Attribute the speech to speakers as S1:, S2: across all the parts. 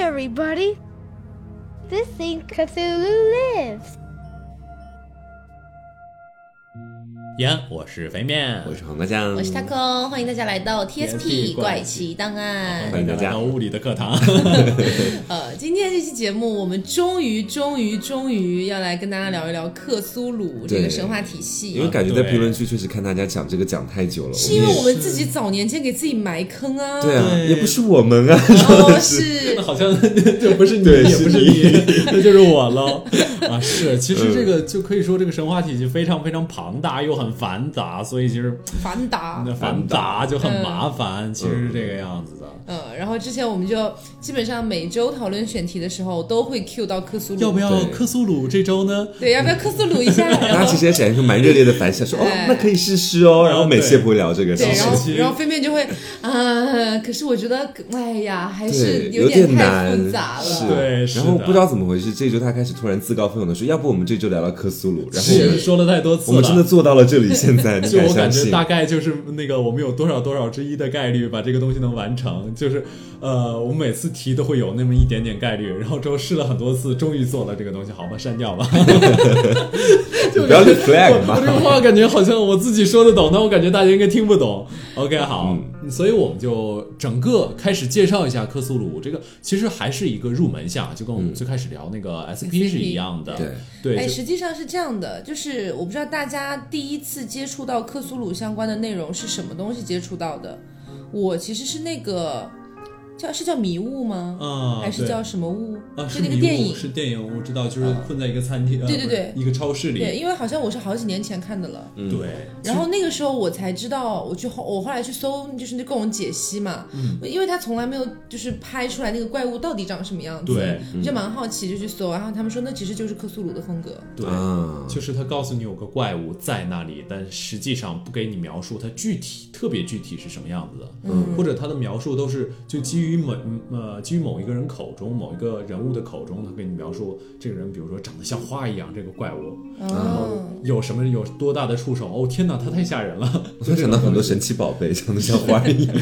S1: everybody! This thing Cthulhu lives!
S2: 呀，我是肥面，
S3: 我是黄瓜酱，
S4: 我是
S2: 嗯
S4: Taco，欢迎大家来到
S2: TSP
S4: TSP
S2: 怪
S4: 嗯怪
S2: 奇
S4: 奇档案。
S2: 欢迎大家来到物理的课 堂。
S4: 呃，今天这期节目，我们终于、终于、终于要来跟大家聊一聊克苏鲁这个
S3: 对
S4: 神话体
S3: 因
S4: 系啊
S3: 为，感觉在
S2: 对
S3: 评论区确实看大家讲这个讲太久了，
S4: 是因为
S3: 也
S4: 我们自己早年间给自己埋坑啊。
S3: 对啊，
S2: 对
S3: 也不是我们啊，
S4: 哦，是
S2: 那好像就不是你，
S3: 对
S2: 也不是
S3: 是嗯
S2: 你，那就是我 喽。啊，是，其实这个就可以说这个神话体系非常非常庞大又很繁杂，所以其实
S4: 凡
S3: 啊
S4: 达
S2: 那。繁杂就很麻烦，其实是这个样子的。
S4: 嗯，然后之前我们就基本上每周讨论选题的时候都会 cue 到克苏鲁，
S2: 要不要
S3: 对
S2: 克苏鲁这周呢？
S4: 对，要不要克苏鲁一 下？
S3: 大
S4: 然
S3: 家
S4: 后
S3: 其实也展现出蛮热烈的反响，说哦
S4: 对，
S3: 那可以试试哦，然后每次也不会聊这个事
S4: 对，
S3: 情
S2: 是
S4: 然，后
S2: 是
S4: 然后飞面就会，啊，可是我觉得，哎呀，还
S3: 对，
S4: 是点
S3: 点
S4: 太
S3: 难，
S4: 复杂了。
S3: 是
S2: 对是的
S3: 然后不知道怎么回事，这周他开始突然自告奋勇的说，要不我们这周聊聊克苏鲁，然后我
S2: 也
S3: 们
S2: 是说了太多次
S3: 我
S2: 了，
S3: 们真的做到了这 里，现在你
S2: 就
S3: 敢
S2: 我感
S3: 相
S2: 觉
S3: 信？
S2: 大概就是那个，我们有多少多少之一的概率把这个东西能完成，就是呃，我们每次提都会有那么一点点概率，然后之后试了很多次，终于做了这个东西，好吧，删掉吧。
S3: 你不要立 flag
S2: 我这个
S3: 嘛，
S2: 话感觉好像我自己说得懂，但我感觉大家应该听不懂。OK，好，
S3: 嗯
S2: 嗯所以我们就整个开始介绍一下科苏鲁这个，其实还是一个入门项，就跟我们最开始聊那个 SP 是一样的。
S3: 嗯 对
S2: 对
S4: 哎，
S2: 就
S4: 实际上是这样的，就是我不知道大家第一次接触到克苏鲁相关的内容是什么东西接触到的。我其实是那个叫是叫迷雾吗？
S2: 啊
S4: 还是
S2: 对
S4: 叫什么雾？
S2: 啊，
S4: 就是那个
S2: 迷
S4: 电
S2: 雾
S4: 影。
S2: 是电影，我知道，就是
S3: 啊
S2: 困在一个餐厅，呃
S4: 对
S2: 不是
S4: 对对
S2: 一个超市里，
S4: 对，因为好像我是好几年前看的了。
S2: 对，
S4: 然后那个时候我才知道，我去后我后来去搜，就是那各种解析嘛，
S2: 嗯
S4: 因为他从来没有就是拍出来那个怪物到底长什么样子，
S2: 对嗯
S4: 我就蛮好奇就去搜，然后他们说那其实就是克苏鲁的风格，
S2: 对，
S3: 啊，
S2: 就是他告诉你有个怪物在那里，但实际上不给你描述它具体特别具体是什么样子的，嗯，或者他的描述都是就基于某呃基于某一个人口中某一个人物的口中，他给你描述这个人，比如说长得像花一样，这个怪物
S4: 哦，
S2: 有什么有多大的触手？哦天哪，他太吓人了。
S3: 我突然想到很多神奇宝贝，长得像花儿一样，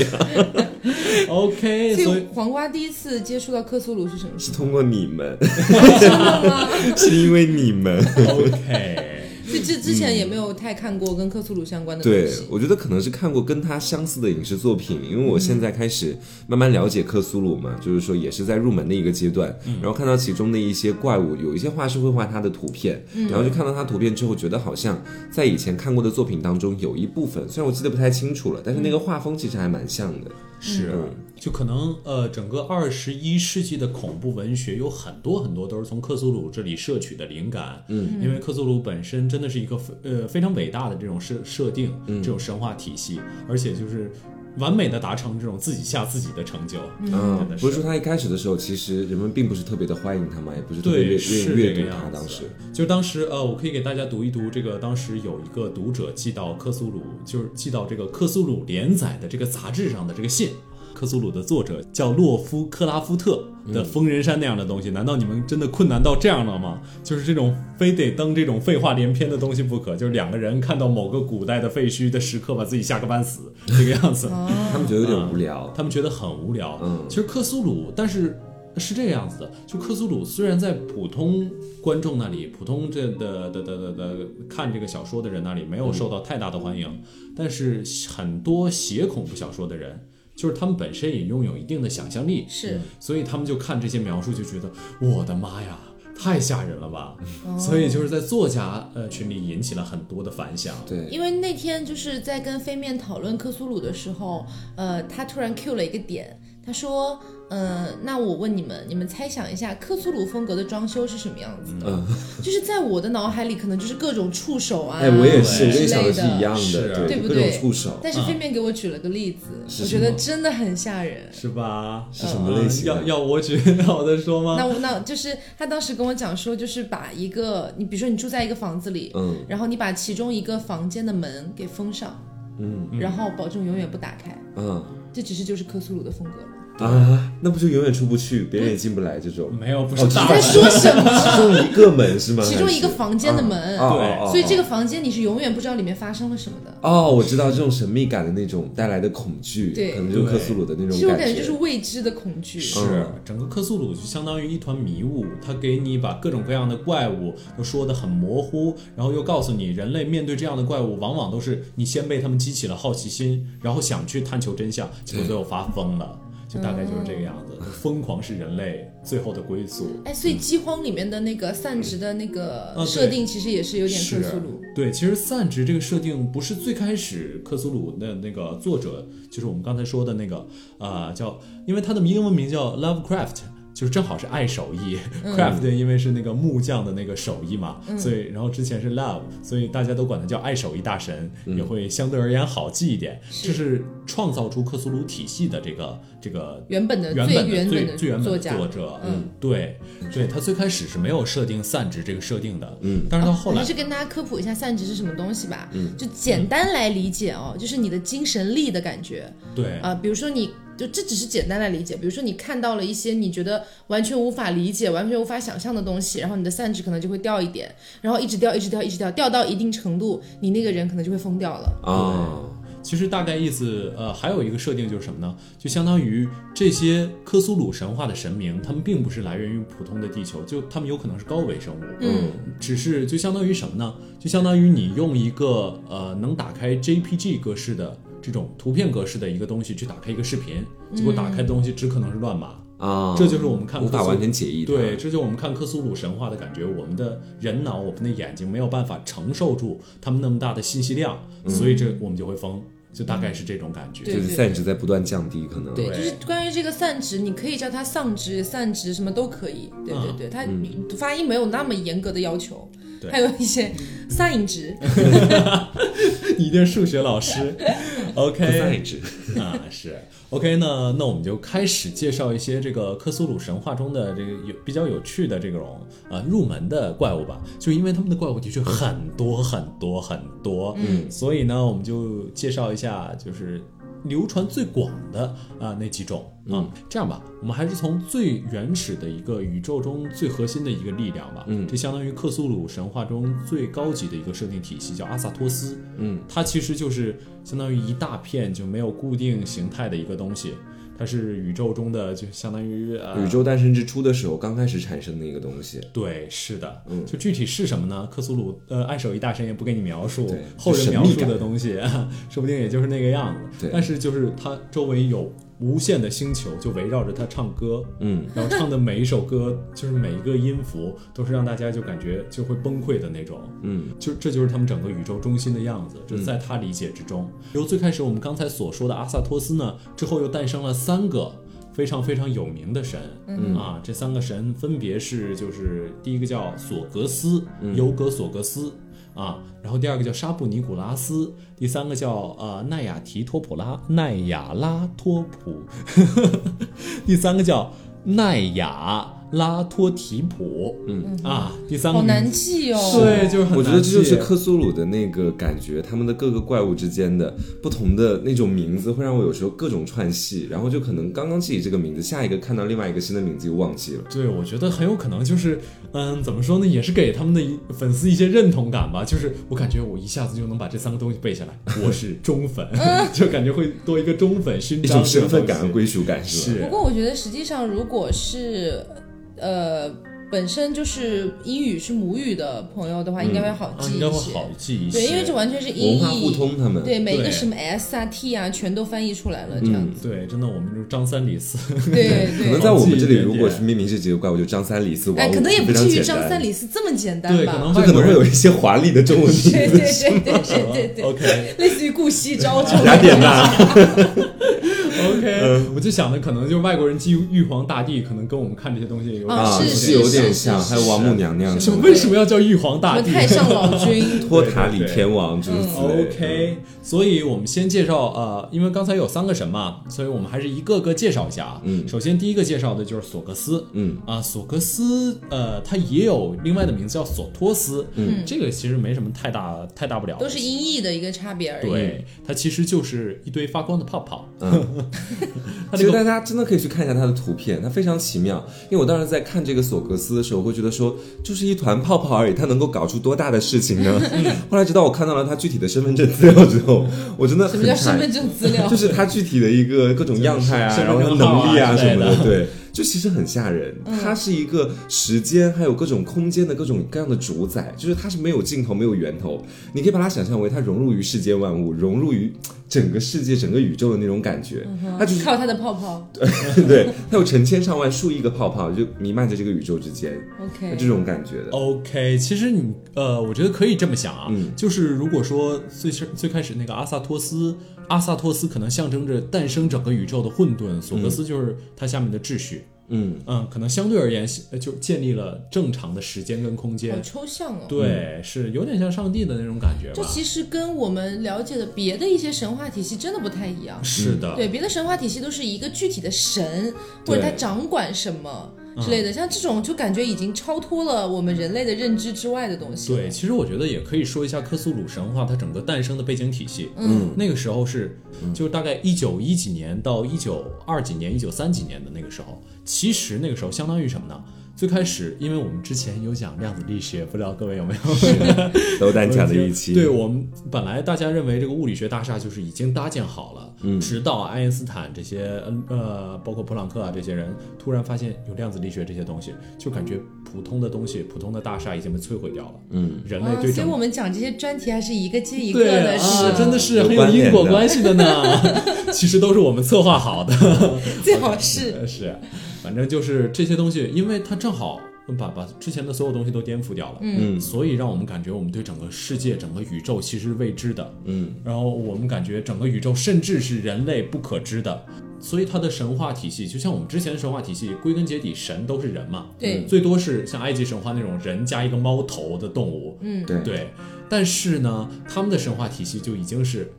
S2: OK，
S4: 所
S2: 所
S4: 以
S2: 以
S4: 黄瓜第一次接触到克苏鲁是什么时
S3: 是
S4: 候？
S3: 通过 你们， 是因为你们。
S2: OK，
S3: 嗯
S4: 就之之前也没有太看过跟克苏鲁相关的东
S3: 对
S4: 西，。
S3: 我觉得可能是看过跟他相似的影视作品，因为我现在开始慢慢了解克苏鲁嘛，就是说也是在入门的一个阶段，然后看到其中的一些怪物，有一些画师会画他的图片，然后就看到他图片之后，觉得好像在以前看过的作品当中有一部分，虽然我记得不太清楚了，但是那个画风其实还蛮像的。
S2: 是，就可能呃，整个二十一世纪的恐怖文学有很多很多都是从克苏鲁这里摄取的灵感。嗯，因为克苏鲁本身真的是一个非呃非常伟大的这种设设定，这种神话体系，而且就是完美的达成这种自己吓自己的成就。
S3: 嗯
S2: 真的，
S3: 不是说他一开始的时候，其实人们并不是特别的欢迎他嘛，也不是特别
S2: 对，
S3: 愿
S2: 是
S3: 愿意阅
S2: 这个
S3: 读他
S2: 样
S3: 当时
S2: 子。。就是当时呃，我可以给大家读一读这个，当时有一个读者寄到克苏鲁，就是寄到这个克苏鲁连载的这个杂志上的这个信。克苏鲁的作者叫洛夫克拉夫特的《疯人山》那样的东西，难道你们真的困难到这样了吗？就是这种非得登这种废话连篇的东西不可，就是两个人看到某个古代的废墟的时刻，把自己吓个半死，这个样子。
S3: 他们觉得有点无聊，
S2: 他们觉得很无聊。
S3: 嗯
S2: 其实克苏鲁，但是是这个样子的，就克苏鲁虽然在普通观众那里，普通这的的的的的看这个小说的人那里没有受到太大的欢迎，但是很多写恐怖小说的人。就是他们本身也拥有一定的想象力，
S4: 是，
S2: 所以他们就看这些描述就觉得，我的妈呀，太吓人了吧！
S3: 嗯
S2: 所以就是在作家呃群里引起了很多的反响。
S3: 对，
S4: 因为那天就是在跟飞面讨论克苏鲁的时候，呃，他突然 cue 了一个点，他说，呃，那我问你们，你们猜想一下克苏鲁风格的装修是什么样子的？
S3: 嗯
S4: 就是在我的脑海里，可能就是各种触手啊，
S3: 哎，我也是，
S2: 对
S3: 我跟你想的
S4: 之
S3: 是
S4: 类的
S3: 一样
S2: 是
S3: 的，
S4: 对
S3: 就
S4: 不
S3: 各种
S4: 对
S3: 触手。
S4: 但是飞面给我举了个例子，
S3: 是
S4: 我
S3: 什
S4: 觉
S3: 么
S4: 得真的很吓人。
S2: 是吧？呃
S3: 是什么类型的
S2: 要要我举 要我再说吗？
S4: 那我那就是他当时跟我讲说，就是把一个你比如说你住在一个房子里，
S3: 嗯，
S4: 然后你把其中一个房间的门给封上，嗯，然后保证永远不打开，
S3: 嗯，
S4: 这只是就是克苏鲁的风格了。
S3: 啊，那不就永远出不去，别人也进不来这种？
S2: 没有，不
S3: 哦
S2: 是
S3: 这
S2: 大
S3: 是
S4: 在
S2: 门，
S4: 说 什么？
S3: 其中一个门是吗？
S4: 其中一个
S3: 还是
S4: 房间的门，
S3: 哦
S2: 对
S3: 哦哦
S4: 所以这个房间你是永远不知道里面发生了什么的。
S3: 哦，我知道这种神秘感的那种带来的恐惧，
S4: 对
S3: 可能就是克苏鲁的那种
S4: 这种
S3: 觉，
S4: 感觉就是未知的恐惧。
S2: 是整个克苏鲁就相当于一团迷雾，它给你把各种各样的怪物都说得很模糊，然后又告诉你，人类面对这样的怪物，往往都是你先被他们激起了好奇心，然后想去探求真相，结果最后发疯了，就大概就是这个样子。疯狂是人类最后的归宿。
S4: 哎，所以饥荒里面的那个散值的那个
S2: 嗯对
S4: 设定，其实也是有点克苏鲁。
S2: 对，其实散值这个设定不是最开始克苏鲁的那个作者，就是我们刚才说的那个，呃，叫，因为它的英文名叫 Lovecraft。就是正好是爱手艺、c
S4: 嗯
S2: r a f t 因为是那个木匠的那个手艺嘛，所以然后之前是 Love，所以大家都管他叫爱手艺大神，也会相对而言好记一点。这是创造出克苏鲁体系的这个这个
S4: 原本的
S2: 原
S4: 最
S2: 本的
S4: 原
S2: 最
S4: 本的
S2: 最原本
S4: 作
S2: 的
S4: 家
S2: 作者，
S4: 嗯，
S2: 对，对他最开始是没有设定散值这个设定的，嗯，但是到后
S4: 我
S2: 来
S4: 还是跟大家科普一下散值是什么东西吧。嗯，就简单来理解哦，就是你的精神力的感觉
S2: 对
S4: 啊、比如说你。就这只是简单来理解，比如说你看到了一些你觉得完全无法理解、完全无法想象的东西，然后你的散值可能就会掉一点，然后一直掉、一直掉、一直掉，掉到一定程度，你那个人可能就会疯掉了。
S3: 啊，
S2: 其实大概意思，呃，还有一个设定就是什么呢？就相当于这些科苏鲁神话的神明，他们并不是来源于普通的地球，就他们有可能是高维生物，
S4: 嗯，
S2: 只是就相当于什么呢？就相当于你用一个呃能打开 JPG 格式的这种图片格式的一个东西去打开一个视频，结果打开的东西只可能是乱码。
S3: 啊，
S2: 这就是我们看
S3: 无法
S2: 克苏鲁
S3: 完全解译的
S2: 对，这就是我们看克苏鲁神话的感觉。我们的人脑，我们的眼睛没有办法承受住他们那么大的信息量，所以这我们就会疯，就大概是这种感觉。
S4: 对
S3: 就是散值在不断降低，可能
S4: 对，
S2: 对
S4: 就是关于这个散值，你可以叫它丧值、散值什么都可以。对对对，它发音没有那么严格的要求，
S2: 嗯对
S4: 还有一些散影值。
S2: 你一定是数学老师，OK
S3: 值
S2: 啊是 OK 那那我们就开始介绍一些这个克苏鲁神话中的这个有比较有趣的这种呃入门的怪物吧，就因为他们的怪物的确很多很多很多，嗯，所以呢我们就介绍一下就是流传最广的啊、那几种啊、这样吧，我们还是从最原始的一个宇宙中最核心的一个力量吧，嗯，这相当于克苏鲁神话中最高级的一个设定体系，叫阿萨托斯，嗯，它其实就是相当于一大片就没有固定形态的一个东西，它是宇宙中的就相当于呃
S3: 宇宙诞生之初的时候，刚开始产生的一个东西，
S2: 对，是的，
S3: 嗯
S2: 就具体是什么呢？克苏鲁，呃，按手艺大神也不给你描述
S3: 对，
S2: 后
S3: 就
S2: 人
S3: 神
S2: 描
S3: 秘
S2: 述
S3: 感
S2: 的东西， 说不定也就是那个样子。
S3: 对
S2: 但是就是它周围有无限的星球，就围绕着它唱歌，
S3: 嗯，
S2: 然后唱的每一首歌，就是每一个音符，都是让大家就感觉就会崩溃的那种。
S3: 嗯，
S2: 就这就是他们整个宇宙中心的样子，这在他理解之中。由最开始我们刚才所说的阿萨托斯呢，之后又诞生了三个非常非常有名的神，嗯啊，这三个神分别是就是第一个叫索格斯，
S3: 嗯
S2: 尤格索格斯。啊，然后第二个叫沙布尼古拉斯，第三个叫呃奈雅提托普拉奈雅拉托普， 第三个叫奈雅拉托提普，嗯啊，第三个
S4: 好
S2: 名字
S4: 难记哦。
S2: 对，就是很
S3: 我觉得
S2: 难
S3: 这就是
S2: 记
S3: 克苏鲁的那个感觉，他们的各个怪物之间的不同的那种名字，会让我有时候各种串戏，然后就可能刚刚记起这个名字，下一个看到另外一个新的名字又忘记了。
S2: 对，我觉得很有可能就是，嗯，怎么说呢，也是给他们的一粉丝一些认同感吧。就是我感觉我一下子就能把这三个东西背下来，我是忠 粉，
S4: 嗯
S2: 就感觉会多一个忠粉勋
S3: 一
S2: 章，
S3: 种身份感和归属感是吧？
S2: 是
S4: 不过我觉得实际上，如果是呃本身就是英语是母语的朋友的话，应该会好
S2: 啊，
S4: 记
S2: 应该
S4: 一
S2: 会
S4: 些。
S2: 好记一些。
S4: 对，因为这完全是音
S3: 文
S4: 译
S3: 化互通，他们
S4: 对每一个
S2: 对
S4: 什么 S 啊 T 啊，全都翻译出来了，这样子。
S2: 对，真的我们就是张三李四，
S4: 对
S3: 嗯可能
S4: 对。
S3: 在我们
S2: 好记
S3: 这里，
S2: 一点
S3: 如
S2: 点
S3: 果是命名这几个怪物，就张三李四王
S4: 哎，
S3: 五，
S4: 可能也不
S3: 非常
S4: 至于
S3: 简
S4: 张
S3: 单
S4: 三李四这么简单
S2: 对，
S4: 吧？
S2: 可能
S3: 这
S2: 外
S3: 可
S2: 国
S3: 能会
S2: 人
S3: 有一些华丽的中 文名
S4: 对
S3: 字
S4: 对对对对对对
S2: OK
S4: 类似于顾惜朝这种
S3: 雅典娜，嗯
S2: OK，我就想的可能就是外国人记玉皇大帝，可能跟我们看这些东西有点
S4: 啊
S3: 啊，
S4: 是
S3: 是有点
S4: 是
S3: 像，
S4: 是
S3: 还有王母娘娘
S4: 是
S3: 什么的
S2: 为什么要叫玉皇
S4: 什
S2: 大
S4: 么
S2: 帝？
S4: 太上老君，
S3: 托塔李天王诸如此类的。
S2: 嗯 OK，所以我们先介绍呃，因为刚才有三个神嘛，所以我们还是一个个介绍一下啊。
S3: 嗯
S2: 首先第一个介绍的就是索格斯，
S3: 嗯
S2: 啊，索格斯呃，它也有另外的名字叫索托斯，嗯，这个其实没什么太大太大不了的，
S4: 都
S2: 哎
S4: 是音译的一个差别而 已。
S2: 对，它其实就是一堆发光的泡泡，他这
S3: 其实
S2: 个
S3: 大家真的可以去看一下它的图片，它非常奇妙。因为我当时在看这个索格斯的时候，会觉得说就是一团泡泡而已，它能够搞出多大的事情 呢？嗯后来直到我看到了他具体的身份证资料之后，我真的
S4: 什
S3: 很
S4: 么叫身
S3: 诧
S4: 份
S3: 异，
S4: 证啊资 料？
S3: 就是他具体的一个各种样 态啊，
S2: 身
S3: 然
S2: 份
S3: 后
S2: 证
S3: 他
S2: 号
S3: 能力
S2: 啊之类
S3: 什么
S2: 的
S3: 的，对，就其实很吓人。
S4: 嗯
S3: 它是一个时间还有各种空间的各种各样的主宰，就是它是没有尽头、没有源头。你可以把它想象为它融入于世间万物，融入于整个世界、整个宇宙的那种感觉。
S4: 嗯
S3: 它就是
S4: 靠他的泡泡。
S3: 对，它有成千上万、数亿个泡泡，就弥漫着这个宇宙之间，就
S4: OK，
S3: 这种感觉
S4: 哦
S3: 的。
S2: OK，其实你呃，我觉得可以这么想啊，
S3: 嗯
S2: 就是如果说最是最开始那个阿萨托斯，阿萨托斯可能象征着诞生整个宇宙的混沌，索格斯就是它下面的秩序，
S3: 嗯，
S2: 嗯，可能相对而言呃就建立了正常的时间跟空
S4: 好
S2: 间，
S4: 抽象哦。
S2: 对，是有点像上帝的那种感觉
S4: 这
S2: 吧，
S4: 其实跟我们了解的别的一些神话体系真的不太一样。
S2: 是的，
S4: 对，别的神话体系都是一个具体的神，或者他掌管什么之
S2: 嗯
S4: 类的，像这种就感觉已经超脱了我们人类的认知之外的东西。
S2: 对，，其实我觉得也可以说一下克苏鲁神话它整个诞生的背景体系。
S4: 嗯，
S2: 那个时候是，就是大概一九一几年到一九二几年、一九三几年的那个时候，其实那个时候相当于什么呢？最开始，因为我们之前有讲量子力学，不知道各位有 没有
S3: 都单价的一期，
S2: 对我们本来大家认为这个物理学大厦就是已经搭建好了，嗯，直到爱因斯坦这些呃，包括普朗克啊这些人突然发现有量子力学这些东西，就感觉普通的东西、普通的大厦已经被摧毁掉了。嗯，人类
S4: 啊，
S2: 对
S4: 所
S2: 整
S4: 以
S2: 个
S4: 我们讲这些专题还是一个接一个
S2: 对
S4: 的，是
S2: 啊，真的是
S3: 有
S2: 很有
S3: 关
S2: 因
S3: 联
S2: 果
S3: 的
S2: 关系的 呢。其实都是我们策划好的，
S4: 最好 是。
S2: 是，反正就是这些东西，因为它正好把把之前的所有东西都颠覆掉了，嗯，所以让我们感觉我们对整个世界、整个宇宙其实是未知的，
S3: 嗯，
S2: 然后我们感觉整个宇宙甚至是人类不可知的。所以它的神话体系，就像我们之前的神话体系，归根结底神都是人嘛，
S4: 对
S2: 最多是像埃及神话那种人加一个猫头的动物，嗯，
S3: 对
S2: 对，但是呢，他们的神话体系就已经是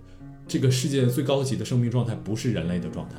S2: 这个世界最高级的生命状态，不是人类的状态，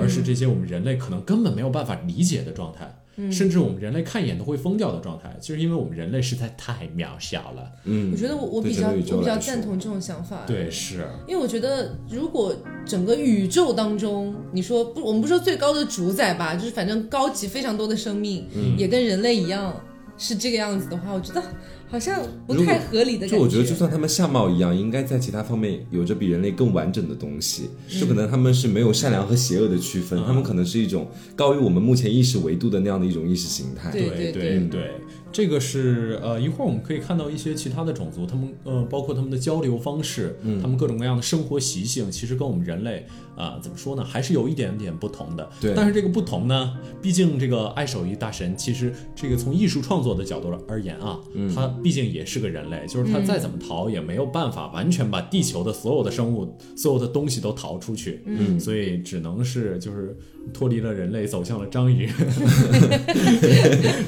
S2: 而是这些我们人类可能根本没有办法理解的状态。甚至我们人类看一眼都会疯掉的状态，就是因为我们人类实在太渺小了。
S3: 嗯，
S4: 我觉得我我
S3: 对
S4: 比
S3: 整
S4: 较
S3: 个宇宙
S4: 我比较
S3: 来说
S4: 赞同这种想法，
S2: 对，是，
S4: 因为我觉得如果整个宇宙当中，你说不，我们不说最高的主宰吧，就是反正高级非常多的生命，
S3: 嗯
S4: 也跟人类一样是这个样子的话，我觉得好像不太合理的感
S3: 嗯就我觉得，就算他们相貌一样，应该在其他方面有着比人类更完整的东西。
S4: 嗯
S3: 就可能他们是没有善良和邪恶的区分，他们可能是一种高于我们目前意识维度的那样的一种意识形态。
S4: 对
S2: 对
S4: 对
S2: 对这个是呃，一会儿我们可以看到一些其他的种族，他们呃，包括他们的交流方式，他们各种各样的生活习性，其实跟我们人类啊、怎么说呢，还是有一点点不同的。
S3: 对
S2: 但是这个不同呢，毕竟这个爱手艺大神，其实这个从艺术创作的角度而言啊，他毕竟也是个人类，就是他再怎么逃也没有办法完全把地球的所有的生物、所有的东西都逃出去，嗯，所以只能是就是脱离了人类，走向了章鱼。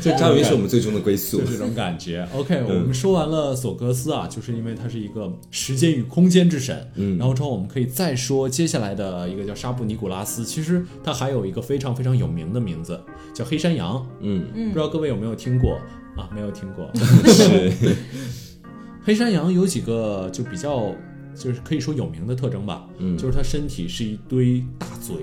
S3: 就章鱼是我们最终的归宿
S2: 就。这种感觉。OK，我们说完了索格斯啊，就是因为它是一个时间与空间之神。嗯，然后之后我们可以再说接下来的一个叫沙布尼古拉斯，其实它还有一个非常非常有名的名字叫黑山羊，
S3: 嗯，
S2: 不知道各位有没有听过啊？没有听过。
S3: 是，
S2: 黑山羊有几个就比较就是可以说有名的特征吧，嗯，就是它身体是一堆大嘴。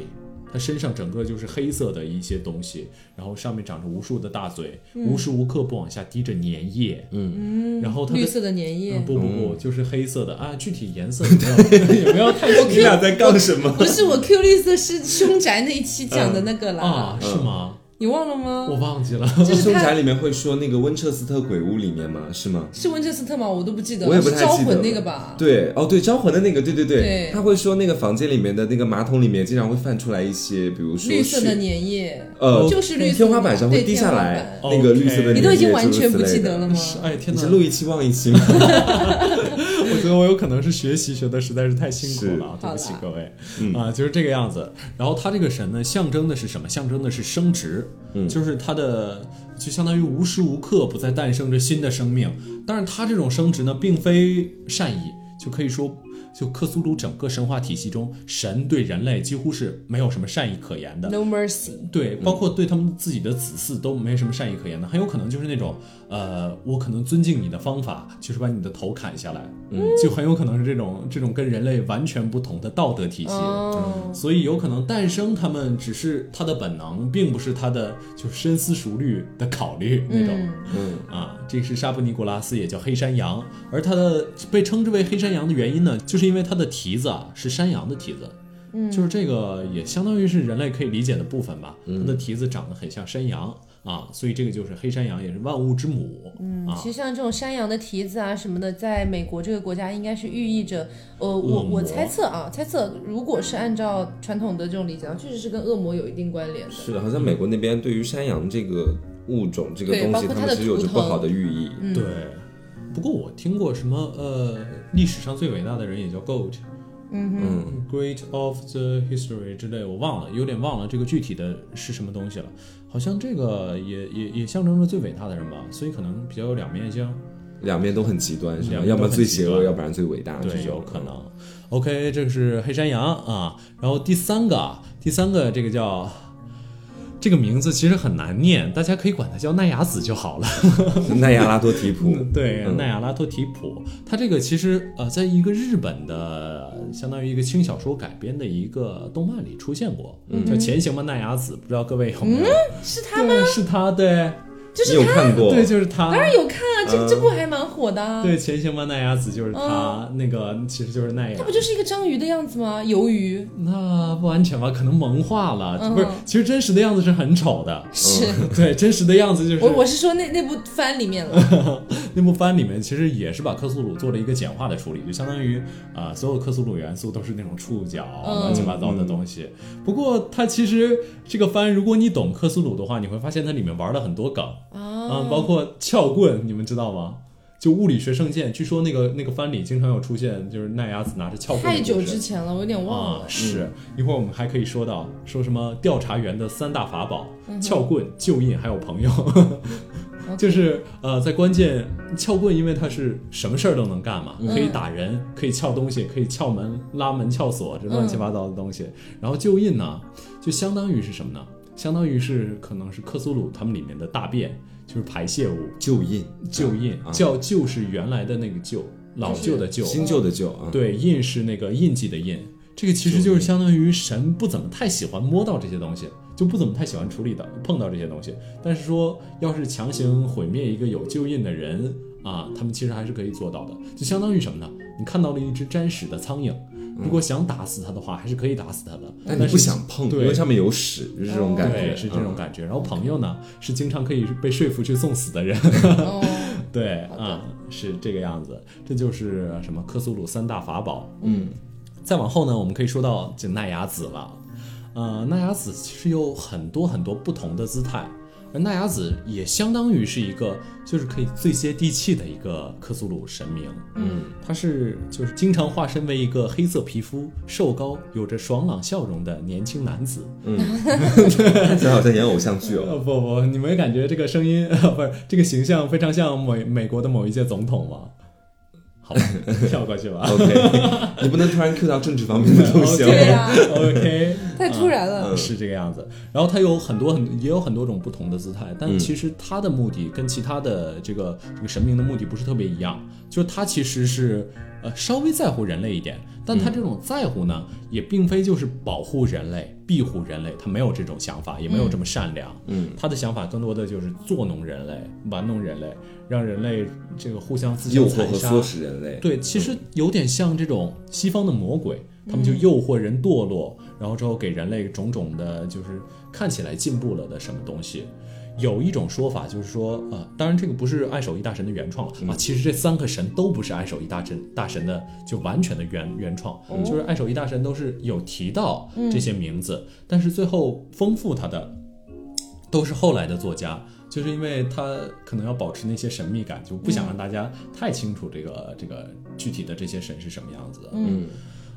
S2: 它身上整个就是黑色的一些东西，然后上面长着无数的大嘴，
S4: 嗯
S2: 无时无刻不往下滴着粘液，嗯，然
S3: 哦
S2: 后它的
S4: 绿色的粘液
S2: 嗯、，不不不，就是黑色的啊，具体颜色也没有也没有太
S3: 你俩在杠什么？
S4: 不是我 Q 绿色是凶宅那一期讲的那个啦
S2: 啊，，是吗？
S4: 你忘了吗？
S2: 我忘记了。
S4: 就是
S3: 凶
S4: 他
S3: 宅里面会说那个温彻斯特鬼屋里面吗？是吗？
S4: 是温彻斯特吗？我都不记得，
S3: 我也不
S4: 是
S3: 太
S4: 招
S3: 记得
S4: 魂
S3: 了
S4: 那个吧？
S3: 对，哦，对，招魂的那个，对对对，
S4: 对
S3: 他会说那个房间里面的那个马桶里面经常会泛出来一些，比如说
S4: 绿色的
S3: 血
S4: 粘液，
S3: 呃，
S4: 就是绿色的
S3: 天花板上会
S4: 对
S3: 滴下
S4: 天花
S3: 来
S4: 板
S3: 那个绿色的
S2: OK
S3: 粘液，
S4: 你都已经完
S3: 诸如
S4: 全
S3: 此
S4: 不记
S3: 类的
S4: 得了吗？
S2: 哎天
S3: 你
S2: 哪
S3: 是！录一期忘一 期吗？
S2: 我觉得我有可能是学习学的实在是太辛苦了啊，
S4: 是
S2: 对不起
S4: 好啦嗯
S2: 各位、啊，就是这个样子。然后它这个神呢，象征的是什么？象征的是生殖，
S4: 嗯
S2: 就是它的就相当于无时无刻不在诞生着新的生命。但是它这种生殖呢，并非善意，就可以说就克苏鲁整个神话体系中，神对人类几乎是没有什么善意可言的。
S4: No mercy，
S2: 对，包括对他们自己的子嗣都没什么善意可言的，很有可能就是那种，呃，我可能尊敬你的方法就是把你的头砍下来，嗯，就很有可能是这种这种跟人类完全不同的道德
S3: 嗯
S2: 体系，
S4: 哦，
S2: 所以有可能诞生他们只是他的本能，并不是他的就是深思熟虑的考虑那种。
S4: 嗯
S3: 嗯
S2: 啊，这是沙布尼古拉斯，也叫黑山羊，而它的被称之为黑山羊的原因呢，就是因为它的蹄子啊是山羊的蹄子，嗯，就是这个也相当于是人类可以理解的部分吧，它的蹄子长得很像山羊啊，所以这个就是黑山羊，也是万物之母，嗯啊
S4: 其，实像这种山羊的蹄子啊什么的，在美国这个国家应该是寓意着，呃，我
S2: 恶魔
S4: 我猜测啊，猜测如果是按照传统的这种理解，确实是跟恶魔有一定关联的。
S3: 是的，好像美国那边对于山羊这个物种这个
S4: 对
S3: 东
S4: 包
S3: 西，
S4: 括
S3: 他
S4: 它
S3: 们
S4: 的
S3: 其实有
S4: 图
S3: 着不
S4: 腾
S3: 好的寓意。
S4: 嗯
S2: 对。不过我听过什么呃，历史上最伟大的人也叫 Goat，
S3: 嗯，
S2: Great of the History 之类，我忘了，有点忘了这个具体的是什么东西了。好像这个也也也象征着最伟大的人吧，所以可能比较有两面性，
S3: 两面都很极端，是吧？
S2: 两面
S3: 要
S2: 都
S3: 么
S2: 很
S3: 最
S2: 极
S3: 邪恶，
S2: 端
S3: 要不然最伟大，这
S2: 对，
S3: 种
S2: 有 可能。OK，这个是黑山羊啊，然后第三个，啊，第三个这个叫。这个名字其实很难念，大家可以管它叫奈雅子就好了。
S3: 奈亚拉多提普，
S2: 对，
S3: 嗯
S2: 奈亚拉托提普，它这个其实呃，在一个日本的相当于一个轻小说改编的一个动漫里出现过，叫《前行吧奈雅子》，不知道各位有没有？
S4: 是嗯他
S2: 他吗？是他，对，
S3: 你有看过？
S2: 对，就是他。
S4: 当然有看啊，这这部还蛮火的、啊。，
S2: 嗯对，前行吧奈雅子就是他，
S4: 嗯
S2: 那个其实就是奈雅
S4: 它。不就是一个章鱼的样子吗？鱿鱼
S2: 那不完全吧，可能萌化了，
S4: 嗯
S2: 不是？其实真实的样子是很丑的，
S4: 是。
S2: 对，真实的样子就是
S4: 我我是说那那部番里面 了，
S2: 那部番里面其实也是把克苏鲁做了一个简化的处理，就相当于啊、呃所有克苏鲁元素都是那种触角、
S4: 嗯
S2: 乱七八糟的东西。不过它其实这个番，如果你懂克苏鲁的话，你会发现它里面玩了很多梗啊、
S4: 哦
S2: 嗯包括撬棍，你们知道吗？就物理学圣剑，据说那个那个番里经常有出现，就是奈亚子拿着撬棍的
S4: 太久
S2: 故事
S4: 之前了，我有点忘
S2: 啊
S4: 了，。
S2: 是，一会儿我们还可以说到说什么调查员的三大法宝：撬棍、就印还有朋友。就是呃，在关键撬棍，因为它是什么事儿都能干嘛，可以打人，可以撬东西，可以撬门、拉门、撬锁，这乱七八糟的东西。然后就印呢，就相当于是什么呢？相当于是可能是克苏鲁他们里面的大便，就是排泄物。
S3: 旧印，
S2: 旧印叫旧是原来的那个旧，老旧的旧，
S3: 新旧的旧啊，
S2: 对，印是那个印记的印，这个其实就是相当于神不怎么太喜欢摸到这些东西，就不怎么太喜欢处理的碰到这些东西。但是说要是强行毁灭一个有旧印的人啊，他们其实还是可以做到的，就相当于什么呢？你看到了一只沾屎的苍蝇，如果想打死它的话，还是可以打死它的，
S3: 但你
S2: 但是
S3: 不想碰，因
S2: 对
S3: 为上面有屎，就是这种感觉，
S2: 对是这种
S3: 嗯。
S2: 感觉。然后朋友呢，是经常可以被说服去送死的人。
S4: 哦，
S2: 对
S4: 好的
S2: 啊、是这个样子。这就是什么克苏鲁三大法宝。嗯，再往后呢，我们可以说到这奈雅子了。呃，奈雅子其实有很多很多不同的姿态，而奈雅子也相当于是一个，就是可以最接地气的一个克苏鲁神明。嗯，他是就是经常化身为一个黑色皮肤、瘦高、有着爽朗笑容的年轻男子。
S3: 这嗯好像演偶像剧 哦。
S2: 呃，不不，你没感觉这个声音 不是这个形象非常像美美国的某一届总统吗？好吧，跳过去吧。
S3: OK，你不能突然 Q 到政治方 面的东西
S2: OK
S4: 对
S3: 哦。
S4: 啊，
S2: OK，
S4: 太突然了。
S2: 嗯是这个样子。然后它有很多很也有很多种不同的姿态，
S3: 嗯
S2: 但其实它的目的跟其他的这个这个神明的目的不是特别一样，就是它其实是呃稍微在乎人类一点，但
S3: 嗯
S2: 它这种在乎呢，也并非就是保护人类、庇护人类，它没有这种想法，也没有这么善良。嗯，他的想法更多的就是作弄人类、玩弄人类，让人类这个互相自相
S3: 诱惑
S2: 残
S3: 和
S2: 杀。
S3: 唆使人类，
S2: 对，其实有点像这种西方的魔鬼，他们就诱惑人堕落，然后之后给人类种种的，就是看起来进步了的什么东西。有一种说法就是说，呃，当然这个不是爱手艺大神的原创了、啊，其实这三个神都不是爱手艺大神大神的就完全的原原创，就是爱手艺大神都是有提到这些名字，但是最后丰富它的都是后来的作家，就是因为他可能要保持那些神秘感，就不想让大家太清楚这个、这个具体的这些神是什么样子的。
S4: 嗯，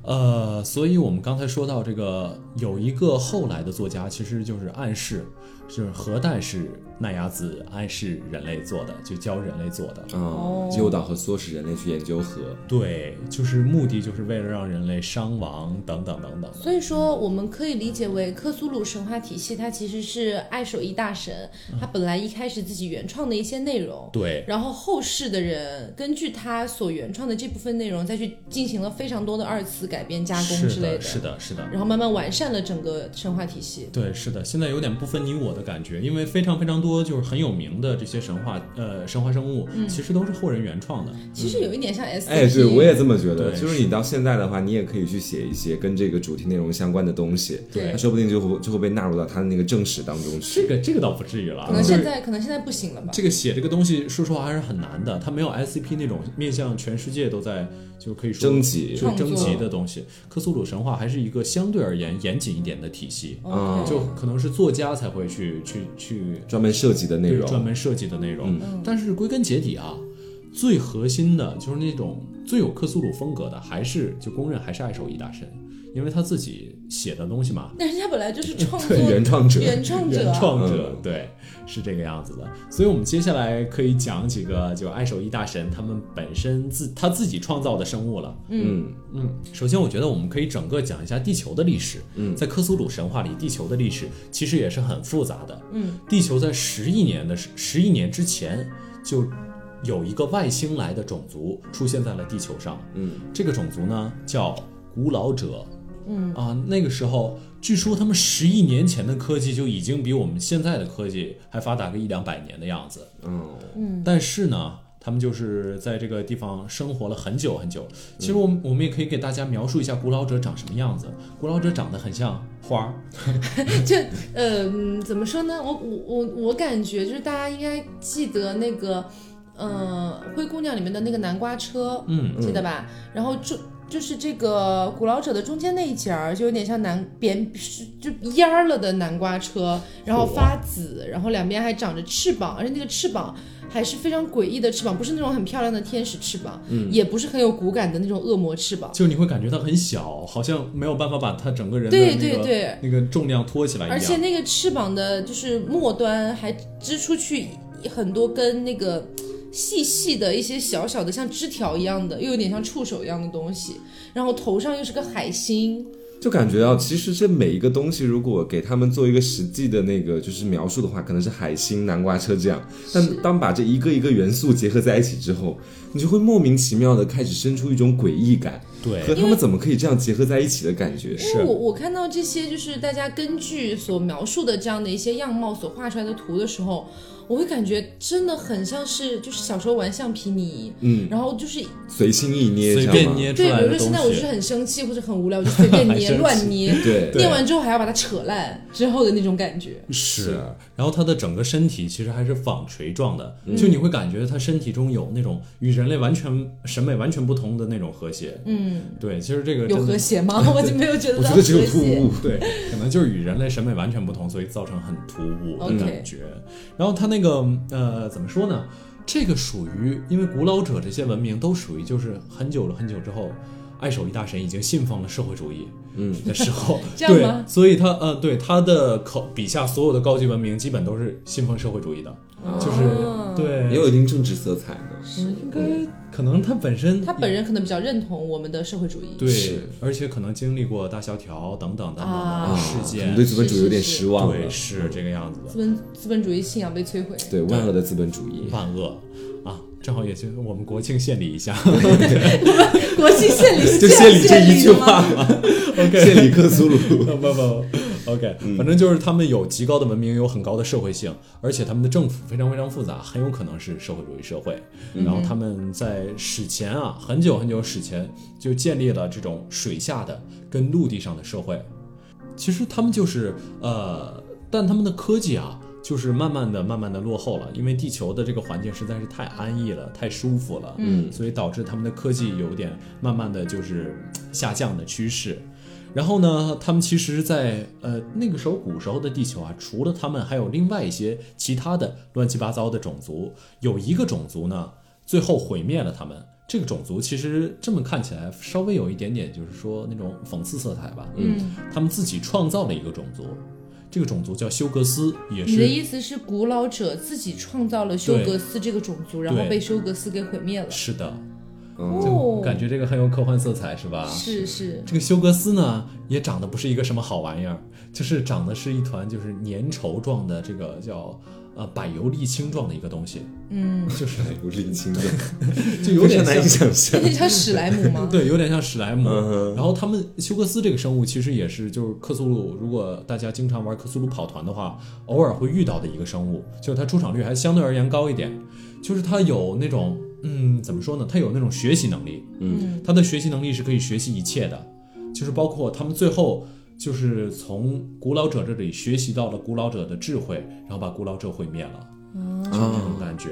S2: 呃，所以我们刚才说到这个，有一个后来的作家，其实就是暗示，就是何代是奈亚子安是人类做的，就教人类做的。
S3: 啊
S4: 哦，
S3: 诱导和唆使人类去研究核。
S2: 对，就是目的就是为了让人类伤亡等等等等。
S4: 所以说，我们可以理解为科苏鲁神话体系，它其实是爱手艺大神，
S2: 嗯
S4: 他本来一开始自己原创的一些内容，
S2: 对，
S4: 然后后世的人根据他所原创的这部分内容，再去进行了非常多的二次改编、加工之
S2: 是
S4: 类
S2: 的，是的，是的。
S4: 然后慢慢完善了整个神话体系。
S2: 对，是的，现在有点不分你我的感觉，因为非常非常多就是很有名的这些神话，呃，神话生物、
S4: 嗯
S2: 其实都是后人原创的。
S4: 其实有一点像 S，
S3: 哎，对，我也这么觉得。
S2: 对
S3: 就是你到现在的话，你也可以去写一些跟这个主题内容相关的东西，
S4: 对
S3: 那说不定就会就会被纳入到他的那个正史当中去。
S2: 这个这个倒不至于了啊，
S4: 可能
S2: 就是
S4: 现在可能现在不行了吧？
S2: 这个写这个东西，说实话还是很难的，它没有 SCP 那种面向全世界都在，就是可以说
S3: 征集
S2: 就
S4: 创
S2: 征
S4: 作
S2: 集的东西。克苏鲁神话还是一个相对而言严谨一点的体系，
S3: 啊
S4: 哦
S2: 就可能是作家才会去去去
S3: 专门涉及的内
S2: 对
S3: 容，嗯
S2: 专门设计的内容。
S4: 嗯
S2: 但是归根结底啊，最核心的就是那种最有克苏鲁风格的，还是就公认还是爱手艺大神，因为他自己写的东西嘛，
S4: 但是他本来就是创作
S3: 对原创者
S4: 原创者
S2: 原
S4: 啊，
S2: 创者，
S3: 嗯
S2: 对，是这个样子的。所以，我们接下来可以讲几个就爱手艺大神他们本身自他自己创造的生物了。
S3: 嗯，
S2: 嗯，首先我觉得我们可以整个讲一下地球的历史。嗯，在科苏鲁神话里，地球的历史其实也是很复杂的。
S4: 嗯，
S2: 地球在十亿年的时十亿年之前就有一个外星来的种族出现在了地球上。
S3: 嗯，
S2: 这个种族呢叫古老者。嗯啊，那个时候据说他们十亿年前的科技就已经比我们现在的科技还发达个一两百年的样子。
S3: 嗯，
S2: 但是呢，他们就是在这个地方生活了很久很久。其实我们我们也可以给大家描述一下古老者长什么样子。古老者长得很像花儿，
S4: 就呃，嗯怎么说呢？我我我我感觉就是大家应该记得那个，呃，《灰姑娘》里面的那个南瓜车，
S2: 嗯，
S4: 记得吧？然后就就是这个古老者的中间那一节儿，就有点像南扁是就蔫儿了的南瓜车，然后发紫，然后两边还长着翅膀，而且那个翅膀还是非常诡异的翅膀，不是那种很漂亮的天使翅膀，也不是很有骨感的那种恶魔翅膀。
S2: 嗯就是你会感觉它很小，好像没有办法把它整个人的那
S4: 对
S2: 个
S4: 对对
S2: 那个重量拖起来一样。
S4: 而且那个翅膀的，就是末端还织出去很多根那个细细的一些小小的像枝条一样的，又有点像触手一样的东西。然后头上又是个海星，
S3: 就感觉到其实这每一个东西，如果给他们做一个实际的那个就是描述的话，可能是海星、南瓜车这样。但当把这一个一个元素结合在一起之后，你就会莫名其妙的开始生出一种诡异感，和
S2: 对，
S3: 他们怎么可以这样结合在一起的感觉。
S4: 因为我我看到这些就是大家根据所描述的这样的一些样貌所画出来的图的时候，我会感觉真的很像是就是小时候玩橡皮泥，
S3: 嗯，
S4: 然后就是
S3: 随心一捏，
S2: 随
S3: 知道
S2: 便
S3: 吗
S2: 捏出
S4: 对，
S2: 来
S4: 比如
S2: 的
S4: 说现
S2: 东
S4: 在我就是
S2: 西。
S4: 很生气或者很无聊，我就随
S2: 很
S4: 便
S2: 生
S4: 捏
S2: 气
S4: 乱捏，
S3: 对
S2: 对
S4: 念完之后还要把它扯烂之后的那种感觉。
S2: 是，然后它的整个身体其实还是纺锤状的，就你会感觉它身体中有那种与人类完全审美完全不同的那种和谐。
S4: 嗯，
S2: 对，其实这个
S4: 有
S2: 真的
S4: 和谐吗？ 我就没有觉得
S3: 我觉
S4: 到和
S3: 得只有突
S4: 谐。
S3: 兀。
S2: 对，可能就是与人类审美完全不同，所以造成很突兀的
S4: OK，
S2: 感觉。然后它那个呃，怎么说呢？这个属于，因为古老者这些文明都属于，就是很久了很久之后，爱手艺大神已经信奉了社会主义，
S3: 嗯
S2: 的时 候
S4: 这样吗
S2: 对，所以他呃，对他的口笔下所有的高级文明基本都是信奉社会主义的，就是
S4: 哦
S2: 对，
S3: 啊也有一定政治色彩呢。
S2: 应该可能他本身
S4: 他本人可能比较认同我们的社会主义。
S2: 对
S3: 是，
S2: 而且可能经历过大萧条等等等等
S4: 啊
S2: 的事
S3: 我
S2: 件
S3: 们，对资本主义有点
S4: 是是是
S3: 失望了
S2: 对，。是这个样子的
S4: 资。本资本主义信仰被摧毁。
S3: 对万恶的资本主义，
S2: 万恶啊，正好也就我们国庆献礼一下。
S4: 国庆献 礼是
S3: 就
S4: 这
S3: 献
S4: 样
S3: 礼这
S4: 献
S3: 一
S4: 礼
S3: 句
S4: 的
S3: 话
S4: 吗？
S3: 嘛。OK，献礼克苏鲁。
S2: 不不不，OK，反正就是他们有极高的文明，有很高的社会性，而且他们的政府非常非常复杂，很有可能是社会主义社会。然后他们在史前啊，很久很久史前就建立了这种水下的跟陆地上的社会。其实他们就是呃，但他们的科技啊，就是慢慢的、慢慢的落后了，因为地球的这个环境实在是太安逸了、太舒服了，嗯，所以导致他们的科技有点慢慢的就是嗯下降的趋势。然后呢，他们其实在，呃那个时候古时候的地球啊，除了他们，还有另外一些其他的乱七八糟的种族。有一个种族呢，最后毁灭了他们。这个种族其实这么看起来稍
S4: 嗯
S2: 微有一点点，就是说那种讽刺色彩吧。嗯，他们自己创造了一个种族，这个种族叫休格斯，也
S4: 你
S2: 是
S4: 的意思是古老者自己创造了休格斯这个种族，然后
S2: 对
S4: 被休格斯给毁灭了？
S2: 是的，
S3: 嗯，
S4: 哦，
S2: 感觉这啊个很有科幻色彩，是吧？
S4: 是是，
S2: 这个休格斯呢，也长得不是一个什么好玩意儿，就是长得是一团就是粘稠状的这个叫呃柏油沥青状的一个东西，
S4: 嗯，
S2: 就是
S3: 有沥青的，
S2: 就 有点
S3: 非常难以
S2: 像。
S3: 想象。
S4: 那叫史莱 姆吗？
S2: 对，有点像史莱姆。
S3: 嗯哼
S2: 然后他们休格斯这个生物其实也是，就是克苏鲁，如果大家经常玩克苏鲁跑团的话，偶尔会遇到的一个生物，就是它出场率还相对而言高一点，就是它有那种，嗯，怎么说呢？它有那种学习能力，
S4: 嗯，
S2: 他的学习能力是可以学习一切的，就是包括他们最后就是从古老者这里学习到了古老者的智慧，然后把古老者毁灭了，就是那种感觉。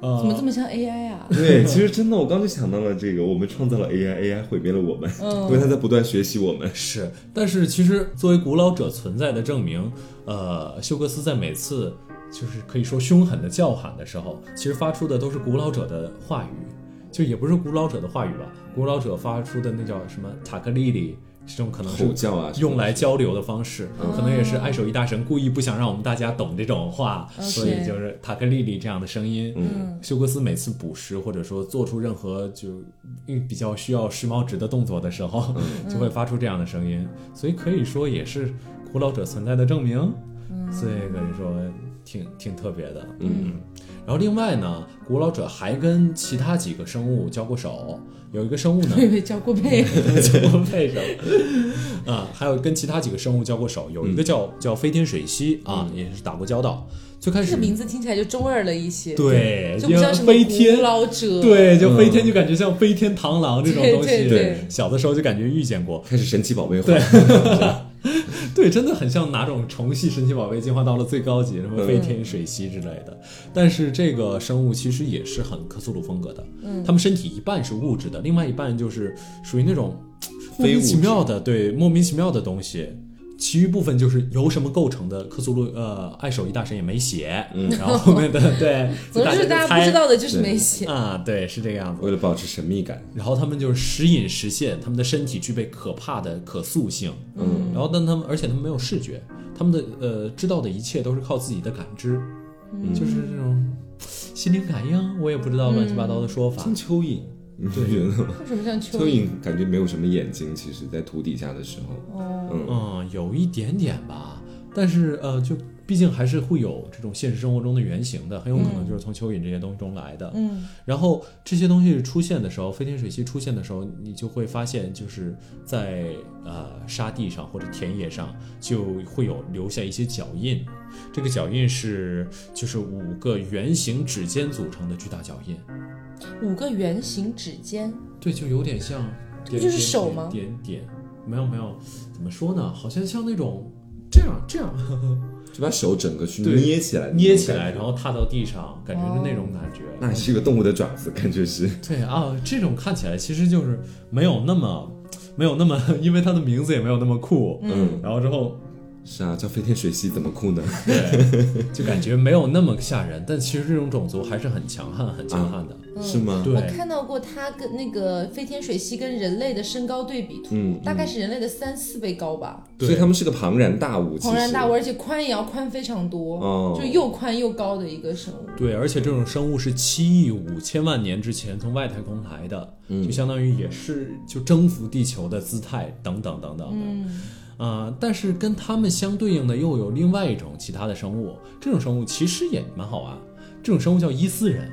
S4: 怎么
S2: 呃，
S4: 这么像 AI 啊？
S3: 对，其实真的，我刚就想到了这个，我们创造了 AI，AI 毁灭了我们，
S4: 嗯
S3: 因为它在不断学习我们。
S2: 是，但是其实作为古老者存在的证明，呃，休格斯在每次就是可以说凶狠的叫喊的时候，其实发出的都是古老者的话语，就也不是古老者的话语吧，古老者发出的那叫什么塔克利里。这种可能是
S3: 吼叫啊，
S2: 用来交流的方式，
S4: 嗯
S2: 可能也是爱手艺大神故意不想让我们大家懂这种话，
S4: OK
S2: 所以就是塔克丽丽这样的声音。
S4: 嗯
S2: 休格斯每次捕食或者说做出任何就嗯比较需要时髦值的动作的时候，
S4: 嗯
S2: 就会发出这样的声音，所以可以说也是古老者存在的证明。
S4: 嗯
S2: 这个你说挺挺特别的，嗯。然后另外呢，古老者还跟其他几个生物交过手，有一个生物呢
S4: 我，以为叫过背，
S2: 怎么配上？ 啊，还有跟其他几个生物交过手，有一个叫、叫飞天水螅啊，也是打过交道。最开
S4: 这
S2: 始
S4: 个名字听起来就中二了一些，，
S2: 对，
S4: 就
S2: 因
S4: 不
S2: 为
S4: 像什么
S2: 飞天
S4: 古，老者，，
S2: 对，就飞天就感觉像飞天螳螂这种
S4: 对
S2: 东西。
S4: 对对
S2: 小的时候就感觉遇见过，
S3: 开始神奇宝贝化，
S2: 对，真的很像哪种虫系神奇宝贝进化到了最高级，什么飞天水螅之类的。但是这个生物其实也是很克苏鲁风格的，嗯，他们身体一半是物质的，另外一半就是属于那种莫
S3: 非
S2: 名
S3: 物
S2: 其
S3: 质
S2: 妙的，对，莫名其妙的东西。其余部分就是由什么构成的，克苏鲁呃爱手艺大神也没写，嗯，然后后面的对，就
S4: 总之就是
S2: 大
S4: 大
S2: 就
S4: 家不知
S2: 猜
S4: 道的就是没写，
S2: 啊，对，是这个样子。
S3: 为了保持神秘感，
S2: 然后他们就是时隐时现，他们的身体具备可怕的可塑性，嗯，然后但他们而且他们没有视觉，他们的呃知道的一切都是靠自己的感知，就是这种心灵感应，我也不知道乱七八糟的说法，
S3: 像蚯蚓，你不觉得吗？
S4: 为什么像蚯
S3: 蚯
S4: 蚓？
S3: 蚓感觉没有什么眼睛，其实在土底下的时候，
S4: 哦，
S3: 嗯，
S2: 嗯，有一点点吧，但是呃，就毕竟还是会有这种现实生活中的原型的，很有可能就是从蚯蚓这些东西中来的。
S4: 嗯，
S2: 然后这些东西出现的时候，飞天水螅出现的时候，你就会发现，就是在呃沙地上或者田野上，就会有留下一些脚印。这个脚印是就是五个圆形指尖组成的巨大脚印，
S4: 五个圆形指尖，
S2: 对，就有点像
S4: 这
S2: 点，
S4: 不就是手吗
S2: 点点点，没有没有，怎么说呢？好像像那种这样这样。
S3: 就把手整个去
S2: 对
S3: 捏起来，
S2: 捏起来，然
S3: 后。
S2: 后踏到地上，感觉是那种感觉。
S4: 哦
S3: 那是一个动物的爪子，感觉是
S2: 对啊，这种看起来其实就是没有那么，没有那么，因为它的名字也没有那么酷。
S3: 嗯，
S2: 然后之后，
S3: 是啊，叫飞天水螅怎么酷呢？
S2: 对，就感觉没有那么吓人，但其实这种种族还是很强悍、很强悍的。
S4: 嗯
S3: 是吗？
S4: 我
S2: 对，
S4: 看到过它跟那个飞天水螅跟人类的身高对比图，
S3: 嗯
S4: 大概是人类的三四倍高吧。
S3: 所以他们是个庞然大物，
S4: 庞然大物，
S3: 物，
S4: 而且宽也要宽非常多，
S3: 哦
S4: 就又宽又高的一个生物。
S2: 对，而且这种生物是七亿五千万年之前从外太空来的，就相当于也是就征服地球的姿态等等等等的。呃，但是跟它们相对应的又有另外一种其他的生物，这种生物其实也蛮好玩。这种生物叫伊斯人，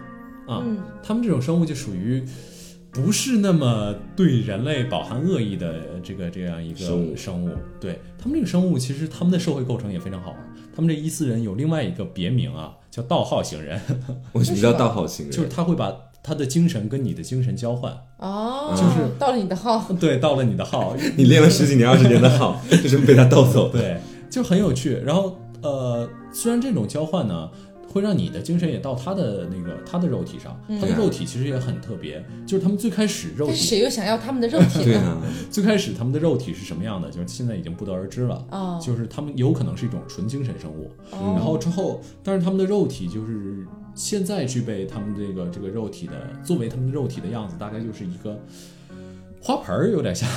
S2: 啊，他们这种生物就属于不是那么对人类饱含恶意的这个这样一个
S3: 生物
S2: 生物。对他们这个生物，其实他们的社会构成也非常好玩。他们这伊斯人有另外一个别名啊，叫盗号型人，
S3: 为什么叫道好行人？
S2: 就是他会把他的精神跟你的精神交换。
S4: 哦，
S2: 就是
S4: 到了你的号，
S2: 对，到了你的号，
S3: 你练了十几年、二十年的好，就这么被他盗走的。
S2: 对，就很有趣。然后呃，虽然这种交换呢。会让你的精神也到他的那个他的肉体上，他的肉体其实也很特别，就是他们最开始肉
S4: 但
S2: 体
S4: 是谁又想要他们的肉 体
S3: 对
S4: 呢？
S3: 啊，
S2: 最开始他们的肉体是什么样的，就是现在已经不得而知了。
S4: 哦
S2: 就是他们有可能是一种纯精神生物，
S4: 哦
S2: 然后之后，但是他们的肉体就是现在具备他们这个这个肉体的作为他们的肉体的样子，大概就是一个花盆儿有点像，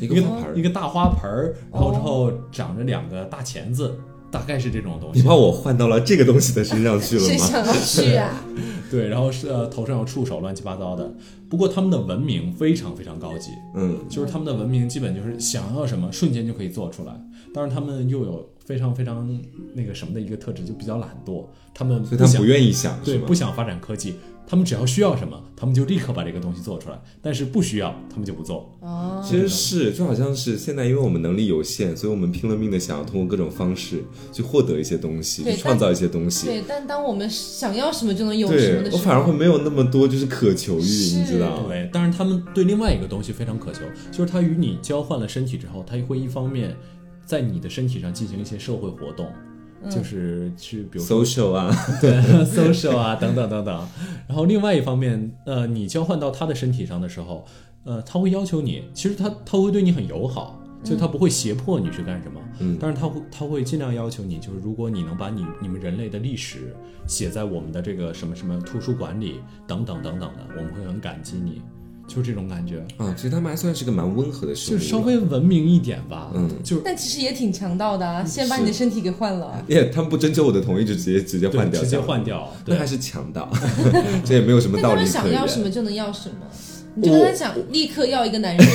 S3: 一
S2: 一
S3: 个花盆儿
S2: 一个大花盆儿，然后之后长着两个大钳子，大概是这种东西。
S3: 你把我换到了这个东西的身上去了
S4: 谁
S3: 吗？
S4: 想去 啊？
S2: 对，然后是、呃、头上有触手，乱七八糟的。不过他们的文明非常非常高级，
S3: 嗯，
S2: 就是他们的文明基本就是想要什么瞬间就可以做出来。当然，他们又有非常非常那个什么的一个特质，就比较懒惰，他们
S3: 所以他
S2: 想
S3: 不愿意想，
S2: 对
S3: 是吗
S2: 不想发展科技，他们只要需要什么，他们就立刻把这个东西做出来；但是不需要，他们就不做。
S4: 哦，
S3: 其实是，就好像是现在，因为我们能力有限，所以我们拼了命的想要通过各种方式去获得一些东西，
S4: 对
S3: 去创造一些东西。
S4: 对，但当我们想要什么就能有什
S3: 对
S4: 么的时
S3: 我
S4: 候，
S3: 反而会没有那么多就是渴求欲，
S4: 是
S3: 你知道？
S2: 对，哎但是他们对另外一个东西非常渴求，就是他与你交换了身体之后，他会一方面在你的身体上进行一些社会活动，就是去比如说
S3: social 啊，
S2: 对 social 啊等等等等。然后另外一方面，呃，你交换到他的身体上的时候，呃，他会要求你，其实他他会对你很友好，就他不会胁迫你去干什么，
S3: 嗯
S2: 但是他会他会尽量要求你，就是如果你能把你你们人类的历史写在我们的这个什么什么图书馆里等等等等的，我们会很感激你，就是这种感觉，
S3: 啊，其实他们还算是个蛮温和的生
S2: 就
S3: 物，
S2: 是稍微文明一点吧，
S3: 嗯
S2: 就是。
S4: 但其实也挺强盗的啊，先把你的身体给换了，啊
S3: 耶他们不征求我的同意就直接直接
S2: 对
S3: 换掉，
S2: 直接
S3: 这样
S2: 换掉，
S3: 那
S2: 对
S3: 还，是强盗， 这也没有什么
S4: 但
S3: 道理
S4: 他们
S3: 可啊
S4: 想要什
S3: 言。
S4: 么就能要什么。你就跟他讲，立刻要一个男人，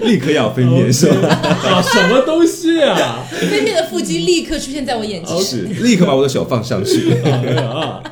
S3: 立刻要分 娩是 吧？
S2: 啊，什么东西啊？
S4: 飞面的腹肌立刻出现在我眼前，
S3: 是，立刻把我的手放上去。
S2: 啊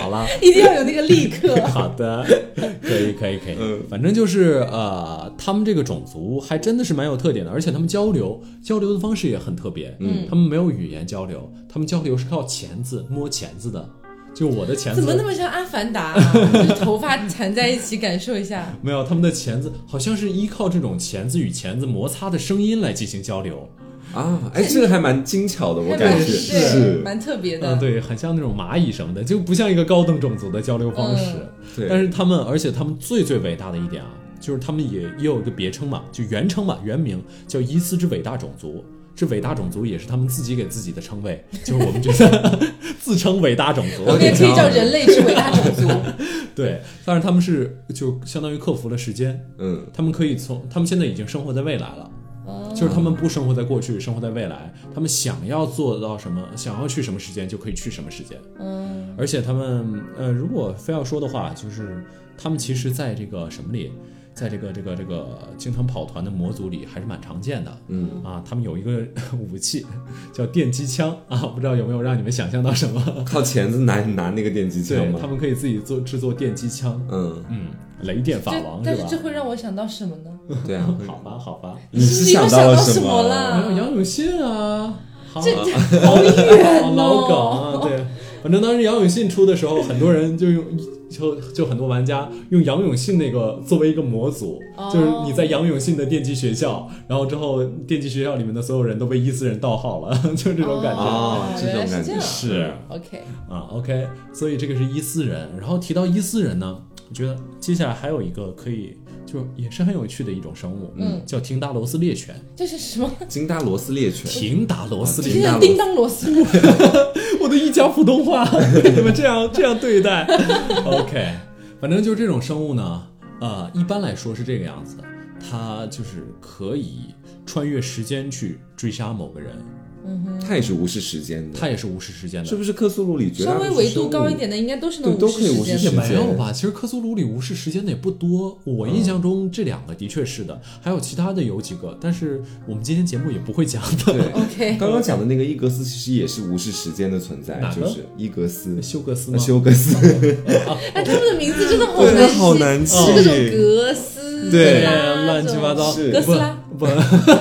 S2: 好了，
S4: 一定要有那个 立刻。
S2: 好的， 可以可以可以，
S3: 嗯
S2: 反正就是呃，他们这个种族还真的是蛮有特点的，而且他们交流交流的方式也很特别，嗯，他们没有语言交流，他们交流是靠钳子摸钳子的，就我的钳
S4: 怎么那
S2: 子。
S4: 么像阿凡达、啊？就是头发缠在一起，感受一下。
S2: 没有，他们的钳子好像是依靠这种钳子与钳子摩擦的声音来进行交流。
S3: 啊，哎，这个还蛮精巧的，我
S4: 还
S3: 感
S4: 蛮
S3: 觉
S4: 对
S3: 是，啊
S4: 蛮特别的。
S2: 嗯，对，很像那种蚂蚁什么的，就不像一个高等种族的交流方式。
S4: 嗯
S3: 对
S2: 但是他们，而且他们最最伟大的一点啊，就是他们也也有一个别称嘛，就原称嘛，原名叫伊斯之伟大种族。这伟大种族也是他们自己给自己的称谓， 就是我们觉得 自称伟大种族
S4: 我。们也可以叫人类是伟大种 族。
S2: 对，但是他们是就相当于克服了时间，
S3: 嗯，
S2: 他们可以从他们现在已经生活在未来了。
S4: 哦
S2: 就是他们不生活在过去，生活在未来，他们想要做到什么，想要去什么时间就可以去什么时间。
S4: 嗯，
S2: 而且他们呃，如果非要说的话，就是他们其实在这个什么里，在这个这个这个经常跑团的模组里还是蛮常见的。嗯啊，他们有一个武器叫电击枪啊，不知道有没有让你们想象到什 么？
S3: 靠钳子拿拿那个电击枪
S2: 对他
S3: 吗？
S2: 们可以自己做制作电击枪，
S3: 嗯，
S2: 嗯，雷电法
S4: 这
S2: 王
S4: 但
S2: 是
S4: 是
S2: 吧
S4: 这？会让我想到什么呢？
S3: 对啊，
S2: 好吧，好吧，
S3: 你是想
S4: 到
S3: 了
S4: 什
S3: 么？
S2: 还有
S4: 啦？
S2: 杨永信啊，好
S4: 这
S2: 啊
S4: 这好远
S2: 好
S4: 哦！
S2: 老梗啊，对。反正当时杨永信出的时候，很多人就用就就很多玩家用杨永信那个作为一个模组，
S4: 哦
S2: 就是你在杨永信的电击学校，然后之后电击学校里面的所有人都被伊斯人盗号了， 就是这种感觉。
S3: 哦这种
S4: 原来
S3: 感
S4: 是
S3: 觉
S4: 这样。
S2: 是
S4: OK，
S2: 啊，OK，所以这个是伊斯人。然后提到伊斯人呢，我觉得接下来还有一个可以就也是很有趣的一种生物，
S4: 嗯
S2: 叫廷达罗斯猎犬。
S4: 这是什么？
S3: 金达罗斯猎犬，
S2: 廷达罗斯
S4: 这
S2: 猎犬，
S3: 听到了
S4: 是叮当螺 丝母。
S2: 我都一讲普通话，被你们这样这样对 待。OK，反正就是这种生物呢，呃，一般来说是这个样子的，它就是可以穿越时间去追杀某个人，
S3: 它也是无视时间的，
S2: 它也是无视时间
S3: 是
S2: 的。
S3: 不是克苏鲁里绝
S4: 稍
S3: 大部
S4: 微
S3: 分
S4: 维度
S3: 生物
S4: 高一点的，应该都是能
S3: 对都
S4: 无
S3: 可以
S4: 视时
S3: 无视
S4: 间
S3: 时
S2: 也
S3: 间
S4: 的。
S2: 没有吧？其实克苏鲁里无视时间的也不多，我
S3: 嗯
S2: 印象中这两个的确是的，还有其他的有几个，但是我们今天节目也不会讲的。
S3: 对。
S4: OK，
S3: 刚刚讲的那个伊格斯其实也是无视时间的存在
S2: 哪，个
S3: 就是伊格斯、
S2: 休格斯
S3: 呃
S2: 吗？
S3: 休格斯，
S4: 哎，他们的名字真的好
S3: 对
S4: 难，
S3: 好难记
S4: 是那种格斯，
S3: 对
S4: 啊
S2: 乱七八糟，
S3: 是
S4: 哥斯拉
S2: 不不，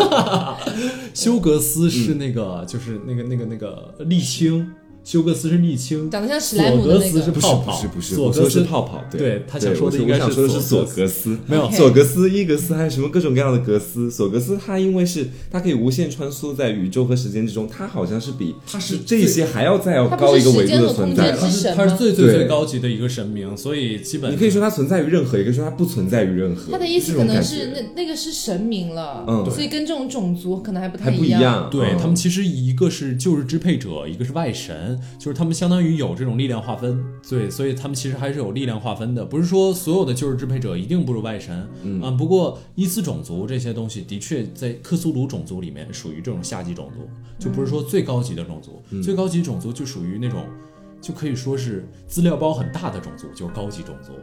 S2: 休格斯是那个，就是那个那个那个沥青，休格斯是沥青，
S4: 长得像史莱姆的那
S2: 佐格
S4: 个
S2: 斯是
S3: 不是
S2: 泡
S3: 不
S2: 泡，
S3: 是不是，
S2: 佐
S3: 我
S2: 格
S3: 说是
S2: 斯
S3: 泡泡，
S2: 对他想
S3: 对
S2: 说
S3: 我
S2: 的
S3: 说
S2: 应该
S3: 我想
S2: 是
S3: 说的是
S2: 佐
S3: 佐
S2: 格斯
S3: 格斯，
S2: 没有
S4: OK
S3: 佐格斯、伊格斯还有什么各种各样的格斯。索格斯它因为是它可以无限穿梭在宇宙和时间之中，它好像是比它是这些还要再要高一个维度的存在
S4: 它不
S2: 他
S3: 了。
S4: 时间和空间之
S2: 是
S4: 神
S2: 他
S4: 吗
S2: 是最最最
S3: 对
S2: 高级的一个神明，所以基本
S3: 你可以说它存在于任何，也可以说它不存在于任何。
S4: 他的意思可能是
S3: 这种感觉
S4: 那那个是神明了，
S3: 嗯
S4: 所以跟这种种族可能还不太
S3: 还不
S4: 一
S3: 一样，
S2: 对
S3: 嗯
S2: 他们其实一个是旧日支配者，一个是外神，人，就是他们相当于有这种力量划分，对，所以他们其实还是有力量划分的，不是说所有的旧日支配者一定不如外神，嗯、不过伊斯种族这些东西的确在克苏鲁种族里面属于这种下级种族，就不是
S3: 嗯
S2: 说最高级的种族，最高级种族就属于那种。就可以说是资料包很大的种族，就是高级种族；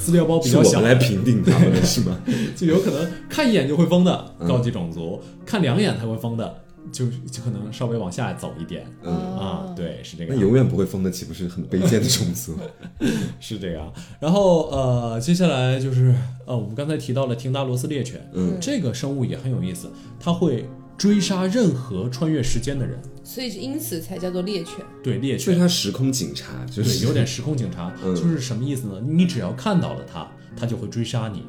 S2: 资料包比
S3: 是
S2: 较
S3: 我
S2: 小
S3: 们
S2: 的啊
S3: 来评定他们的是 吗？
S2: 就有可能看一眼就会疯的
S3: 嗯
S2: 高级种族，看两眼才会疯的，就就可能稍微往下走一点
S3: 嗯，
S2: 啊。，对，是这个
S3: 那
S2: 样子，
S3: 永远不会疯的，岂不是很卑贱的种 族？
S2: 是这样。然后呃，接下来就是呃，我们刚才提到了廷达罗斯猎犬，
S3: 嗯，
S2: 这个生物也很有意思，它会追杀任何穿越时间的人，
S4: 所以因此才叫做猎犬。
S2: 对猎
S3: 所以
S2: 犬，
S3: 他时空警察就
S2: 对，
S3: 是
S2: 有点时空警察，
S3: 嗯
S2: 就是什么意思呢？你只要看到了它，它就会追杀你。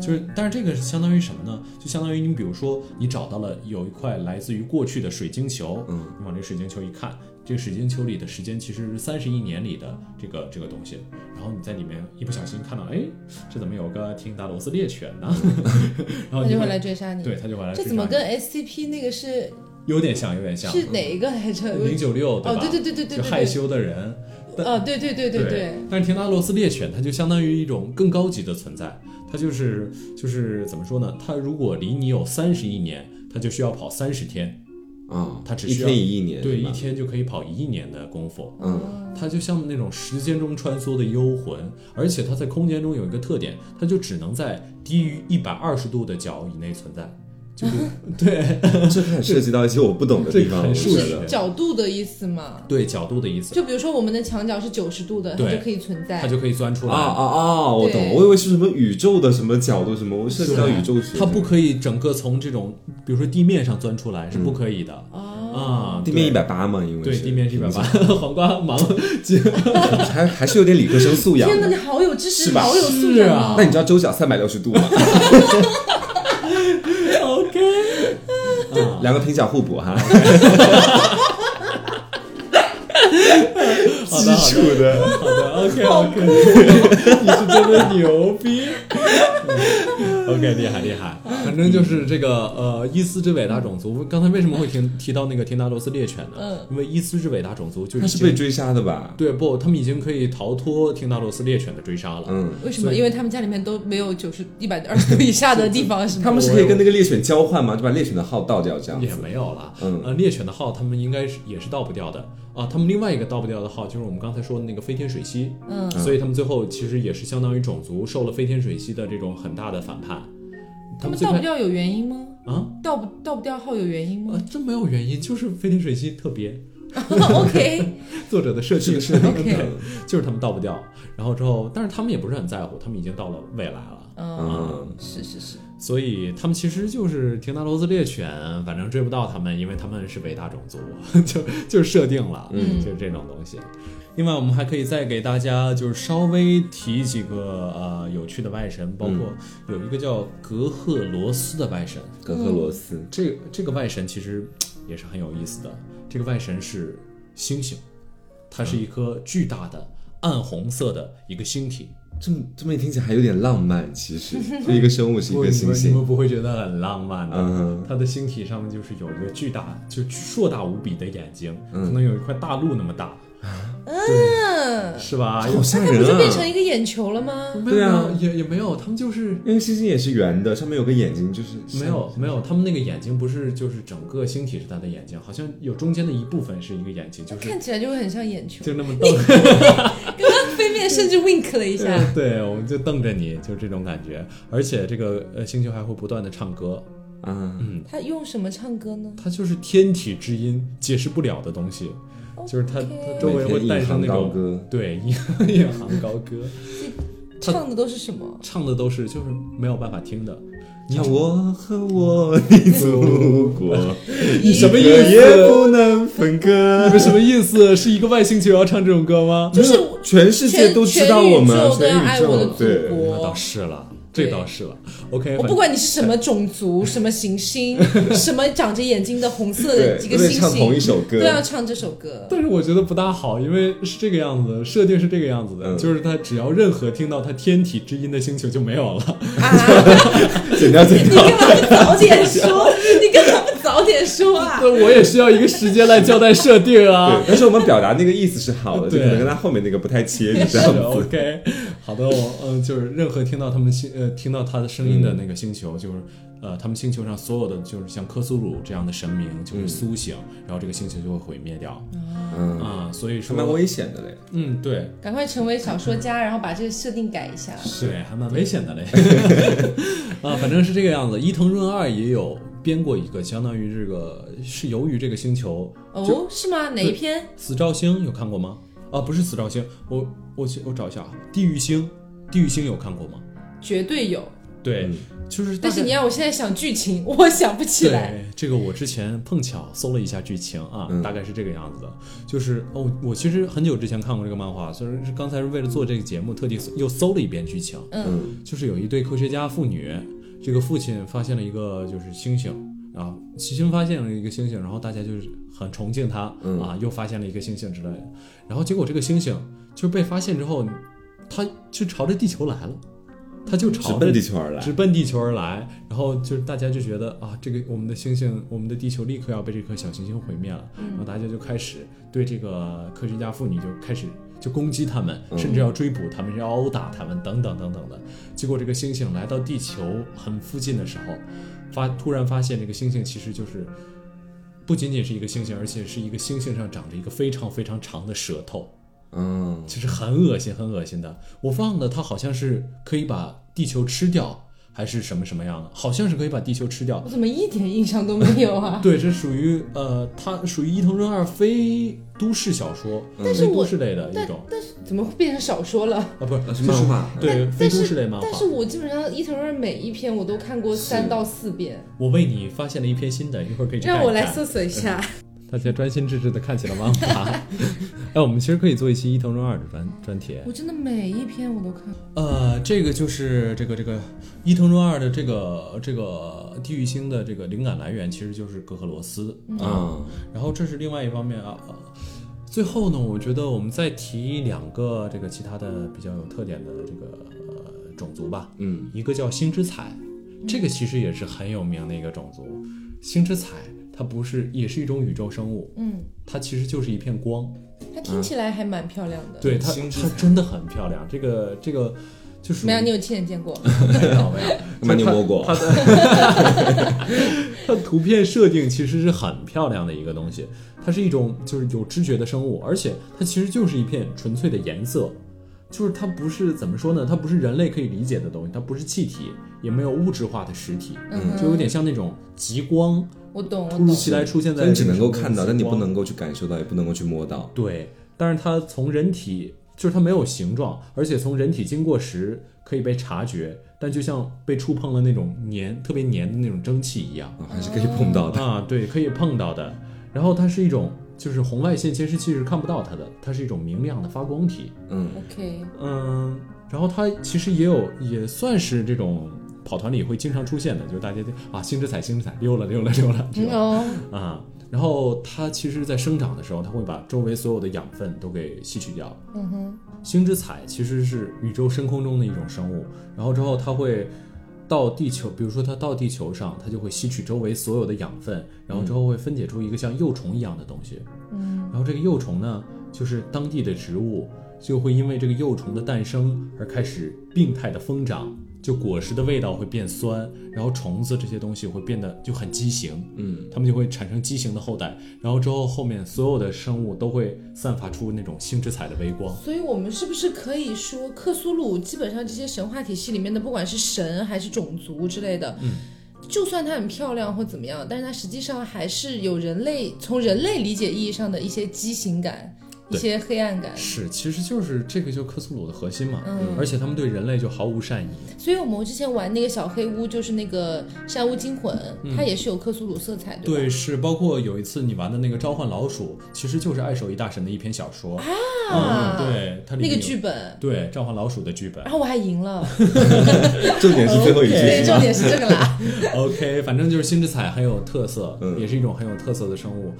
S2: 就是，
S3: 嗯
S2: 但是这个是相当于什么呢？就相当于你，比如说你找到了有一块来自于过去的水晶球，
S3: 嗯，
S2: 你往这水晶球一看，这个水晶球里的时间其实是三十亿年里的这个这个东西，然后你在里面一不小心看到，哎，这怎么有个廷达罗斯猎犬呢？
S3: 嗯
S2: 然后
S4: 他
S2: 哦你
S4: 就会来，追杀你。
S2: 对，，它就会来追杀
S4: 这
S2: 你，
S4: 怎么跟 SCP 那个是
S2: 有点像，有点像，
S4: 是哪一个来着？
S2: 零九六对
S4: 哦
S2: 吧？，
S4: 对对对对对
S2: 就
S4: 对，
S2: 害羞的人，
S4: 哦，对对对对对，
S2: 但是廷达罗斯猎犬它就相当于一种更高级的存在，它就是就是怎么说呢？它如果离你有三十亿年，它就需要跑三十天，
S3: 啊，
S2: 他只
S3: 一
S2: 需要
S3: 天一亿年，
S2: 对，
S3: 是吧
S2: 一天就可以跑一亿年的功夫。
S3: 嗯
S2: 它就像那种时间中穿梭的幽魂，而且它在空间中有一个特点，它就只能在低于一百二十度的角以内存在， 就是对，
S3: 这还涉及到一些我不懂的地
S2: 这个
S3: 方，
S2: 很
S3: 我
S2: 数
S3: 觉
S2: 学
S3: 得。
S4: 角度的意思嘛。
S2: 对角度的意思，
S4: 就比如说我们的墙角是九十度的，它
S2: 对
S4: 就可以存在
S2: 它。就可以钻出
S3: 啊
S2: 来。
S3: 啊啊！我懂，
S4: 对
S3: 我以为是什么宇宙的什么角度什么，我涉及到
S2: 对
S3: 宇宙学。
S2: 它不可以整个从这种，比如说地面上钻出来
S3: 嗯
S2: 是不可以的
S3: 哦
S2: 啊。
S3: 地面一
S2: 百
S3: 百八嘛，因为
S2: 对，
S3: 是
S2: 地面是一百八，， 黄瓜忙接
S3: 还还是有点理科生素养。
S4: 天哪，你好有知识，
S3: 是吧
S4: 好有素
S2: 是
S4: 养
S2: 啊
S3: 那你知道周角三百六十度吗？
S2: OK 啊。
S3: 两个平角互补哈，
S2: 好的
S3: 基础的。
S2: 好的，OK OK，你 是真的牛逼。嗯 OK，厉害厉害，反正就是这个呃，伊斯之伟大种族。刚才为什么会提提到那个廷达罗斯猎犬呢？
S4: 嗯
S2: 因为伊斯之伟大种族就
S3: 他
S2: 已
S3: 是被
S2: 经
S3: 追杀的吧？
S2: 对不，他们已经可以逃脱廷达罗斯猎犬的追杀了。
S3: 嗯，
S4: 为什
S2: 所
S4: 么？
S2: 以
S4: 因为他们家里面都没有九十一百二十度以下的地方，是吗？
S3: 他们是可以跟那个猎犬交换吗？就把猎犬的号倒掉这样
S2: 也
S3: 子。
S2: 没有了，
S3: 嗯
S2: 呃，猎犬的号他们应该是也是盗不掉的啊。他们另外一个盗不掉的号就是我们刚才说的那个飞天水蜥，
S4: 嗯
S2: 所以他们最后其实也是相当于种族受了飞天水蜥的这种很大的反叛。
S4: 他
S2: 他
S4: 们
S2: 最
S4: 倒不
S2: 开
S4: 掉有原因吗？
S2: 啊
S4: 倒不倒不掉号有原因
S2: 啊
S4: 吗，
S2: 真没有原因，就是飞天水蜥特别，
S4: ？OK，
S2: 作者的设
S3: 是
S2: 计
S3: 的，是的
S4: 嗯 OK
S2: 就是他们盗不掉，然后之后，但是他们也不是很在乎，他们已经到了未来了。
S4: 嗯，
S3: 嗯，
S4: 是是是，
S2: 所以他们其实就是廷达罗斯猎犬，反正追不到他们，因为他们是伟大种族， 就就是设定了，
S4: 嗯
S2: 就是这种东西。另外，我们还可以再给大家就是稍微提几个呃有趣的外神，包括有一个叫格赫罗斯的外神，
S3: 格赫罗斯，
S2: 这个这个外神其实嘖也是很有意思的。这个外神是星星，它是一颗巨大的暗红色的一个星体。
S3: 这么这么一听起来还有点浪漫，其 实就一个生物是一
S2: 不
S3: 个
S2: 你
S3: 星
S2: 们你
S3: 星，
S2: 们不会觉得很浪漫的？
S3: 嗯
S2: 它的星体上面就是有一个巨大，就硕大无比的眼睛，
S3: 嗯
S2: 可能有一块大陆那么大，
S4: 嗯，
S2: 是吧？
S3: 好吓
S4: 它不
S3: 人
S4: 就变成一
S3: 啊！
S4: 个眼球了吗？
S2: 没有
S3: 对啊
S2: 没有也也没有，他们就是
S3: 因为星星也是圆的，上面有个眼睛，就是
S2: 没有没有，他们那个眼睛不是就是整个星体是他的眼睛，好像有中间的一部分是一个眼睛，就是
S4: 看起来就会很像眼球。
S2: 就那么瞪，
S4: 刚刚飞面甚至 wink 了一下。
S2: 对，我们就瞪着你，就这种感觉。而且这个呃星球还会不断的唱歌，
S3: 啊，
S4: 他用什么唱歌呢？
S2: 它就是天体之音解释不了的东西，就是它它周围
S3: 每
S2: 会
S3: 天
S2: 诞
S3: 引
S2: 生
S3: 吭
S2: 那
S3: 高
S2: 种。
S3: 歌，
S2: 对， 夜夜航高歌，它
S4: 唱的都是什 么？
S2: 唱的都是就是没有办法听的。
S3: 你我和我的祖 国，
S2: 你什么意
S3: 可也
S2: 思？
S3: 不能 分
S2: 你
S3: 割
S2: 们。什么意思？是一个外星球要唱这种歌吗？
S4: 就是
S3: 全世界都知道我们，全
S4: 全全宇宙都要
S3: 宇
S4: 爱我的
S3: 宙
S4: 祖
S3: 对
S4: 国
S2: 那倒是了，这
S4: 对
S2: 倒是了。OK，
S4: 我
S2: 反
S4: 不管你是什么种族、什么 行星、什么长着眼睛的红色
S3: 对，
S4: 的几
S3: 都
S4: 个
S3: 在
S4: 星啊
S3: 唱同一
S4: 星，
S3: 首歌
S4: 都。要唱这首歌。
S2: 但是我觉得不大好，因为是这个样子，设定是这个样子的，
S3: 嗯
S2: 就是他只要任何听到他天体之音的星球就没有 了。
S4: 啊！
S3: 剪掉剪
S4: 你
S3: 掉，
S4: 干嘛不早点说？你干嘛不早点说啊？
S2: 那我也需要一个时间来交代设定啊
S3: 对。，但是我们表达那个意思是好 的，就
S2: 对
S3: 可能跟他后面那个不太切，是
S2: 是
S3: 这样
S2: 的
S3: 子。
S2: OK，好的，我嗯，就是任何听到他们星呃听到他的声音的
S3: 嗯
S2: 那个星球，就是呃他们星球上所有的就是像科苏鲁这样的神明就会苏醒，然后这个星球就会毁灭掉
S3: 嗯，
S2: 啊、所以
S3: 还
S2: 说
S3: 蛮危险的嘞。
S2: 嗯对
S4: 赶快成为小说
S2: 嗯
S4: 家，然后把这个设定改一下。
S2: 对，还蛮危险 的嘞啊，反正是这个样子。伊藤润二也有编过一个，相当于这个是由于这个星球就
S4: 哦，是吗？哪一篇？
S2: 死兆星有看过吗？啊，不是死兆星，我我去我找一下啊，地狱星，地狱星有看过吗？
S4: 绝对有。
S2: 对，
S3: 嗯
S2: 就是大概，
S4: 但是你让我现在想剧情，我想不起来。
S2: 对这个，我之前碰巧搜了一下剧情啊，
S3: 嗯
S2: 大概是这个样子的。就是哦，我其实很久之前看过这个漫画，所以是刚才是为了做这个节目，特地搜又搜了一遍剧情。
S4: 嗯，
S3: 嗯
S2: 就是有一对科学家父女，这个父亲发现了一个就是星星啊，新发现了一个星星，然后大家就是很崇敬他、
S3: 嗯
S2: 啊，又发现了一个星星之类的，然后结果这个星星就被发现之后，它就朝着地球来了，它就
S3: 直
S2: 朝着
S3: 奔地球而来
S2: 直。奔地球而来，然后就是大家就觉得啊，这个我们的星星，我们的地球立刻要被这颗小行星毁灭了，然后大家就开始对这个科学家妇女就开始就攻击他们，甚至要追捕他们，要殴打他们等等等等的。结果这个星星来到地球很附近的时候，发突然发现这个星星其实就是。不仅仅是一个星星，而且是一个星星上长着一个非常非常长的舌头，
S3: 嗯，
S2: 其实很恶心，很恶心的。我忘了它好像是可以把地球吃掉，还是什么什么样的，好像是可以把地球吃掉
S4: 我。怎么一点印象都没有啊？
S2: 对，这属于呃，它属于伊藤润二非都市小说，嗯
S3: 但
S4: 是
S2: 非都
S4: 我
S2: 市类的一种
S4: 但是怎么会变成小说了？
S2: 啊，不
S3: 啊
S2: 是
S3: 是漫画
S2: 就是对，非
S4: 但
S2: 都市类
S4: 是
S2: 漫画
S4: 但。是我基本上伊藤润二每一篇我都看过三到四遍，
S2: 我为你发现了一篇新的，一会儿可以去
S4: 让
S2: 看一
S4: 我来
S2: 看
S4: 搜索一下。
S2: 大家专心致志的看起了漫 画。哎，我们其实可以做一期伊藤润二的专专题。
S4: 我真的每一篇我都看。
S2: 呃，这个就是这个这个伊藤润二的这个这个地狱星的这个灵感来源，其实就是格克罗斯啊。
S3: 嗯
S2: 然后这是另外一方面啊。呃最后呢，我觉得我们再提两个这个其他的比较有特点的这个、呃、种族吧。
S3: 嗯
S2: 一个叫星之彩，这个其实也是很有名的一个种族。星之彩它不是也是一种宇宙生物，
S4: 嗯，
S2: 它其实就是一片光。
S4: 它听起来还蛮漂亮的。，
S2: 对它，
S3: 星之
S2: 它
S3: 彩
S2: 真的很漂亮。这个这个就是
S4: 没有你有亲眼见过？
S2: 没有没有，
S3: 那么你摸过
S2: 它的它的图片设定其实是很漂亮的一个东西，它是一种就是有知觉的生物，而且它其实就是一片纯粹的颜色，就是它不是怎么说呢？它不是人类可以理解的东西，它不是气体，也没有物质化的实体，
S4: 嗯，
S2: 就有点像那种极光
S4: 我懂，我
S2: 突如
S4: 懂。
S2: 其来出现在
S3: 所以你只能够看到，
S2: 那
S3: 但你
S2: 种
S3: 不
S2: 极光
S3: 能够去感受到，也不能够去摸到。
S2: 对，但是它从人体就是它没有形状，而且从人体经过时可以被察觉，但就像被触碰了那种黏特别黏的那种蒸汽一样
S3: 啊还是可以碰到的。
S2: 啊，对，可以碰到的。然后它是一种就是红外线监视器是看不到它的，它是一种明亮的发光体。
S3: 嗯
S4: OK，
S2: 嗯，然后它其实也有也算是这种。跑团里会经常出现的，就是大家就啊，星之彩，星之彩，溜了，溜了，溜了，这
S4: 嗯
S2: 种
S4: 哦，
S2: 啊，然后它其实，在生长的时候，它会把周围所有的养分都给吸取掉。
S4: 嗯哼，
S2: 星之彩其实是宇宙深空中的一种生物，然后之后它会到地球，比如说它到地球上，它就会吸取周围所有的养分，然后之后会分解出一个像幼虫一样的东西。
S4: 嗯，
S2: 然后这个幼虫呢，就是当地的植物就会因为这个幼虫的诞生而开始病态的疯长，就果实的味道会变酸，然后虫子这些东西会变得就很畸形，
S3: 嗯，
S2: 它们就会产生畸形的后代，然后之后后面所有的生物都会散发出那种星之彩的微光。
S4: 所以我们是不是可以说，克苏鲁基本上这些神话体系里面的，不管是神还是种族之类的，嗯，就算它很漂亮或怎么样，但是它实际上还是有人类从人类理解意义上的一些畸形感，一些黑暗感。
S2: 是，其实就是这个，就克苏鲁的核心嘛。嗯，而且他们对人类就毫无善意。
S4: 所以我们之前玩那个小黑屋，就是那个《山屋惊魂》，它也是有克苏鲁色彩，对吧？
S2: 对，是包括有一次你玩的那个召唤老鼠，其实就是爱手艺大神的一篇小说。
S4: 啊
S2: 嗯，对，它里
S4: 那
S2: 面
S4: 个
S2: 有
S4: 剧本，啊
S2: 对召唤老鼠的剧本
S4: 然。后我还赢了。
S3: 重点是最后一句
S2: OK
S4: 对，
S3: 是
S4: 重
S3: 吧？
S4: 点是这个啦。
S2: OK，反正就是星之彩很有特色，
S3: 嗯
S2: 也是一种很有特色的生物。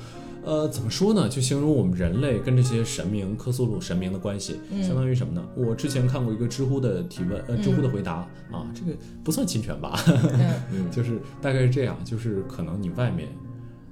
S2: 呃，怎么说呢？就形容我们人类跟这些神明、克苏鲁神明的关系，
S4: 嗯
S2: 相当于什么呢？我之前看过一个知乎的提问，呃，知乎的回答、啊，这个不算侵权吧？
S4: 嗯
S2: 就是大概是这样，就是可能你外面，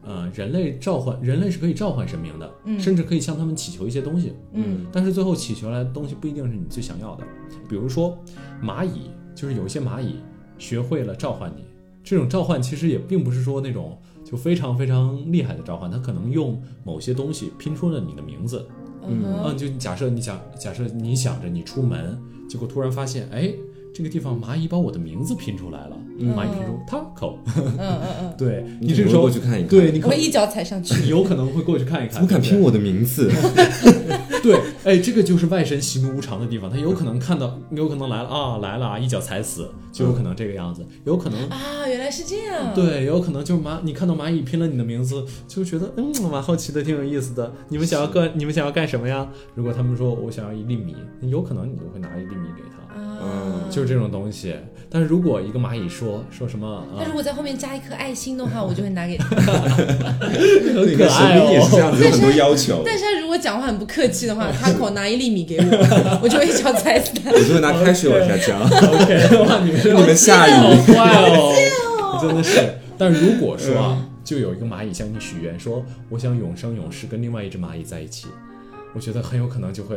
S2: 呃，人类召唤，人类是可以召唤神明的，甚至可以向他们祈求一些东西，
S4: 嗯，
S2: 但是最后祈求来的东西不一定是你最想要的。比如说蚂蚁，就是有一些蚂蚁学会了召唤你，这种召唤其实也并不是说那种就非常非常厉害的召唤，它可能用某些东西拼出了你的名字，
S4: 嗯
S2: 啊，
S4: 哼，
S2: 就假设你想，假设你想着你出门，结果突然发现，哎，这个地方蚂蚁把我的名字拼出来了，蚂蚁拼出 taco，
S4: 嗯嗯嗯，
S2: 对
S3: 嗯你
S2: 这
S3: 只
S2: 个
S3: 会
S2: 时候
S3: 过去看一看
S2: 对你
S4: 我
S2: 可
S4: 会一脚踩上去。
S2: 有可能会过去看一看，
S3: 怎么敢
S2: 对
S3: 拼我的名字？
S2: 不对？对，哎，这个就是外神喜怒无常的地方，他有可能看到，有可能来了啊，来了啊，一脚踩死，就有可能这个样子，有可能。
S4: 啊，原来是这样。
S2: 对，有可能就是蚂，你看到蚂蚁拼了你的名字，就觉得嗯，蛮好奇的，挺有意思的。你们想要干，你们想要干什么呀？如果他们说我想要一粒米，有可能你就会拿一粒米给他。
S4: 啊，
S2: 嗯就是这种东西。但是如果一个蚂蚁说说什么啊
S4: 他，如果在后面加一颗爱心的话，我就会拿给他。
S2: 很
S3: 那个
S2: 可
S3: 神
S2: 爱
S3: 明也是这
S2: 哦，
S3: 样子，有很多要求，
S4: 但是他如果讲话很不客气的话，他给我拿一粒米给我， 我就会一脚踩死 他。
S3: 我就会拿开水往下浇。
S2: OK，哇，哦你们 真
S3: 你
S2: 的
S3: 们下
S2: 好
S3: 雨，
S2: 坏哦，真的是。但是如果说啊，就有一个蚂蚁向你许愿说，我想永生永世跟另外一只蚂蚁在一起，我觉得很有可能就会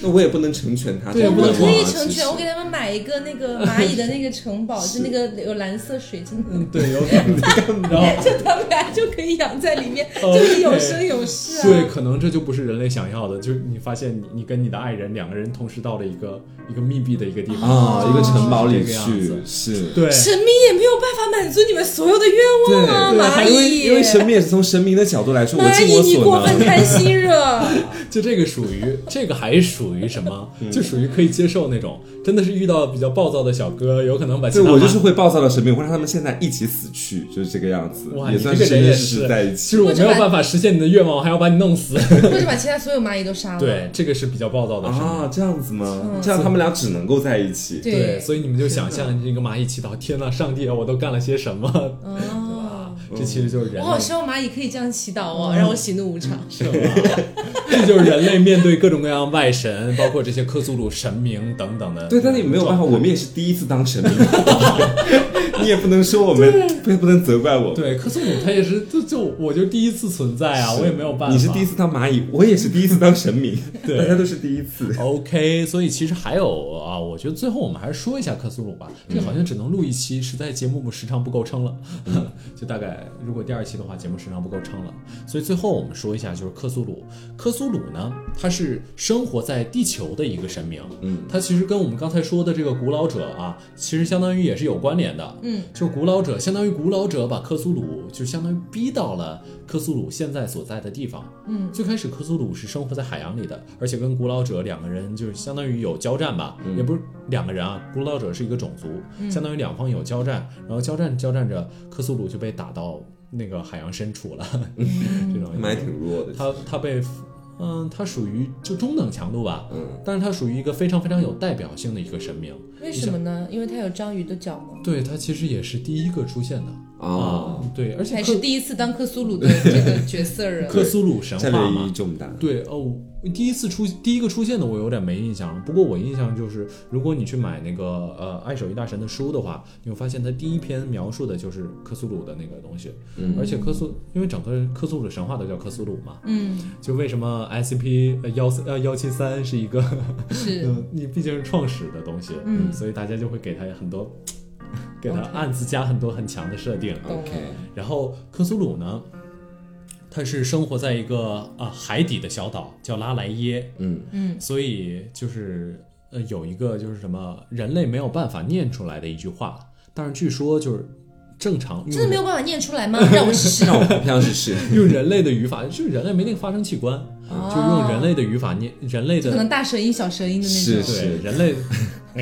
S3: 那我也不能成全他。
S2: 对
S3: 这个
S2: 不能
S3: 愿
S4: 我
S3: 望啊
S4: 可以成
S3: 其实
S4: 全，我给他们买一个那个蚂蚁的那个城堡，是那个有蓝色水晶 的，
S2: 嗯，对，有可能。 然后
S4: 就他们俩就可以养在里面，就
S2: OK
S4: 是有生有世啊。
S2: 对，可能这就不是人类想要的，就是你发现你你跟你的爱人两个人同时到了一个一个密闭的一个地方
S3: 啊，一个城堡里
S2: 就是这个样子
S3: 去是。
S2: 对，
S4: 神明也没有办法满足你们所有的愿望啊，
S3: 对，
S4: 蚂
S3: 因为
S4: 蚁，
S3: 因为神明也是从神明的角度来说，我
S4: 蚂
S3: 尽
S4: 蚁
S3: 我
S4: 你过
S3: 所
S4: 分
S3: 能。
S4: 贪心热，
S2: 就这个属于，这个还属于什么？
S3: 嗯
S2: 就属于可以接受那种，真的是遇到比较暴躁的小哥，有可能把其
S3: 对，
S2: 他
S3: 我就是
S2: 马
S3: 会暴躁的神明，我会让他们现在一起死去，就是这个样子
S2: 哇，，
S3: 也
S2: 你
S3: 算
S2: 这
S3: 是
S2: 个人也
S3: 真
S2: 是
S3: 实在一
S2: 其
S3: 起。
S2: 实我没有办法实现你的愿望，我还要把你弄 死。
S4: 或者把其他所有蚂蚁都杀了。
S2: 对，这个是比较暴躁的事。
S3: 啊，这样子吗？这样他们俩只能够在一起。
S4: 对
S2: 对，所以你们就想象这个蚂蚁祈祷，天呐，上帝啊，我都干了些什么？
S4: 哦，
S2: 这其实就是人
S4: 我
S2: 类，
S4: 好希望蚂蚁可以这样祈祷哦，让我喜怒无常。
S2: 是吧？这就是人类面对各种各样外神，包括这些克苏鲁神明等等的。
S3: 对，但是也没有办法，。我们也是第一次 当神明，你也不能说我们，不不能责怪我。
S2: 对，克苏鲁他也是，就就我就第一次存在啊，我也没有办法。
S3: 你是第一次当蚂蚁，我也是第一次当神明，
S2: 对
S3: 大家都是第一 次。
S2: OK，所以其实还有啊，我觉得最后我们还是说一下克苏鲁吧。这个好像只能录一期，实在节目时长不够撑了。 就大概如果第二期的话，节目时长不够撑了。所以最后我们说一下，就是克苏鲁。克苏鲁呢，它是生活在地球的一个神明。
S3: 嗯，
S2: 它其实跟我们刚才说的这个古老者啊，其实相当于也是有关联的。
S4: 嗯，
S2: 就古老者，相当于古老者把克苏鲁就相当于逼到了克苏鲁现在所在的地方。
S4: 嗯，
S2: 最开始克苏鲁是生活在海洋里的，而且跟古老者两个人就是相当于有交战吧，也不是两个人啊，古老者是一个种族，相当于两方有交战，然后交战交战着，克苏鲁就被打到那个海洋深处了， 这种
S3: 他们还挺弱的，
S2: 他他被。嗯，他属于就中等强度吧，
S3: 嗯，
S2: 但是他属于一个非常非常有代表性的一个神明，
S4: 为什么呢？因为它有章鱼的脚吗？
S2: 对他其实也是第一个出现的
S3: 哦
S2: 啊，对，而且
S4: 还
S2: 克
S4: 是第一次当克苏鲁 的这个角色人
S2: 克苏鲁神
S3: 战
S2: 话
S3: 略
S2: 嘛
S3: 意义，重大。
S2: 对哦，第一次出第一个出现的我有点没印象了，不过我印象就是，如果你去买那个呃《爱手艺大神》的书的话，你会发现他第一篇描述的就是克苏鲁的那个东西，
S3: 嗯
S2: 而且克苏因为整个克苏鲁神话都叫克苏鲁嘛，
S4: 嗯，
S2: 就为什么 SCP 幺呃幺七三是一个，
S4: 是
S2: 嗯， 你毕竟是创始的东西，
S4: 嗯
S2: 所以大家就会给他很 多，给他暗自加很多很强的设定，
S4: 懂
S3: OK
S4: 了。
S2: 然后克苏鲁呢，它是生活在一个啊、海底的小岛，叫拉莱耶，
S3: 嗯，
S4: 嗯
S2: 所以就是呃有一个就是什么人类没有办法念出来的一句话，但是据说就是正常
S4: 真
S2: 用
S4: 的没有办法念出来吗？让我试试。哦
S3: 让我好像是是。
S2: 用人类的语法，就是人类没那个发声器官，就用人类的语法念人类
S4: 可
S2: 的
S4: 能大舌音、小舌音的那
S3: 是
S4: 种。
S2: 对人类，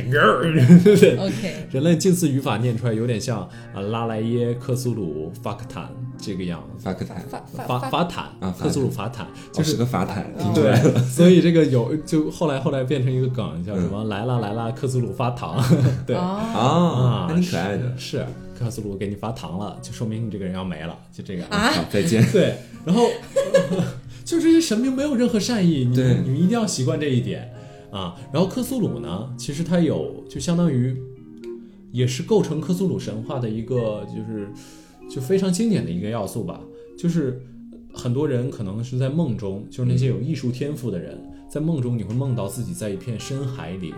S2: 对
S4: OK，
S2: 人类近似语法念出来有点像啊拉莱耶、克苏鲁、法克坦这个样子，
S3: 法克坦，
S4: 法
S2: 法
S4: 法
S2: 法坦
S3: 啊
S2: 克苏鲁法坦就
S3: 哦
S2: 是
S3: 是个法坦，听出来
S2: 对，所以这个有就后来后来变成一个梗，叫什
S3: 嗯
S2: 么来啦来啦，克苏鲁发糖，对
S4: 哦
S3: 啊
S2: 啊，，
S3: 还挺可爱的。
S2: 是克苏鲁给你发糖了，就说明你这个人要没了，就这个
S4: 啊，
S3: 好，再见。
S2: 对，然后就这些神明没有任何善意，你
S3: 对
S2: 们你们一定要习惯这一点啊。然后克苏鲁呢，其实它有就相当于也是构成克苏鲁神话的一个就是就非常经典的一个要素吧，就是很多人可能是在梦中，就是那些有艺术天赋的人，在梦中你会梦到自己在一片深海里。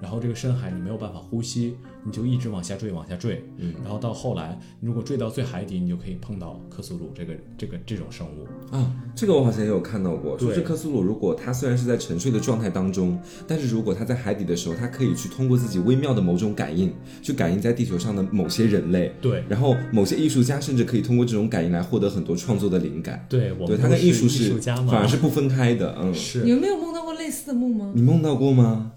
S2: 然后这个深海你没有办法呼吸，你就一直往下坠，往下坠，嗯，然后到后来，如果坠到最海底，你就可以碰到克苏鲁这个这个这种生物，
S3: 啊，这个我好像也有看到过，说
S2: 对
S3: 是克苏鲁，如果他虽然是在沉睡的状态当中，但是如果他在海底的时候，他可以去通过自己微妙的某种感应，去感应在地球上的某些人类，
S2: 对
S3: 然后某些艺术家甚至可以通过这种感应来获得很多创作的灵感。
S2: 对，我
S3: 对，
S2: 们
S3: 他
S2: 都
S3: 跟
S2: 是
S3: 艺术
S2: 艺
S3: 是
S2: 术家嘛，
S3: 反而是不分开的。嗯，
S2: 是
S4: 你们没有梦到过类似的梦吗？
S3: 你梦到过吗？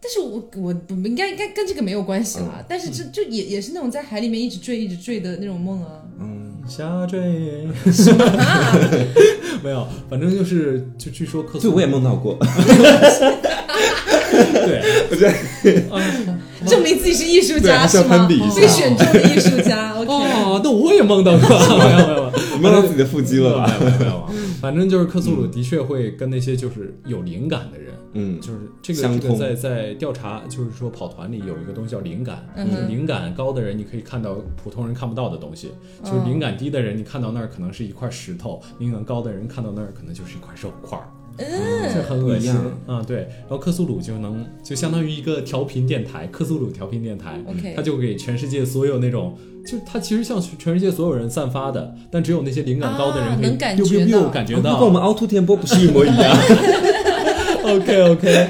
S4: 但是我我我应该应该跟这个没有关系
S3: 嗯
S4: 啦。但是这就也也是那种在海里面一直坠一直坠的那种梦啊。
S3: 嗯，
S2: 下坠， 没有，反正就是就据说克苏
S3: 对，
S2: 鲁，
S3: 我也梦到 过。
S2: 对，
S4: 证明自己是艺术家
S3: 对
S4: 是
S3: 还是要攀
S4: 吗？
S3: 比一下
S4: 被选中的艺术家。OK，
S2: 哦，那我也梦到过， 没有没有。没有
S3: 你梦到自己的腹肌了吧？
S2: 没有没有没有，反正就是克苏鲁的确会跟那些就是有灵感的人，
S3: 嗯
S2: 就是这个
S3: 相
S2: 这
S3: 通
S2: 个在在调查，就是说跑团里有一个东西叫灵感，
S4: 嗯哼
S2: 就是灵感高的人你可以看到普通人看不到的东西，
S4: 嗯
S2: 就是灵感低的人你看到那儿可能是一块石头，灵感高的人看到那儿可能就是一块肉块儿。
S4: 嗯，
S2: 这很恶
S3: 一
S2: 心
S3: 样
S2: 啊！对，然后克苏鲁就能就相当于一个调频电台，克苏鲁调频电台
S4: OK
S2: 它就给全世界所有那种，就是它其实向全世界所有人散发的，但只有那些灵感高的人
S4: 啊
S2: 可以
S4: 能感
S2: ，biu biu
S4: 觉
S2: biu
S4: 到
S2: 感觉
S3: 啊那
S2: 到。
S3: 跟我们凹凸电波不是一模一 样？
S2: OK OK，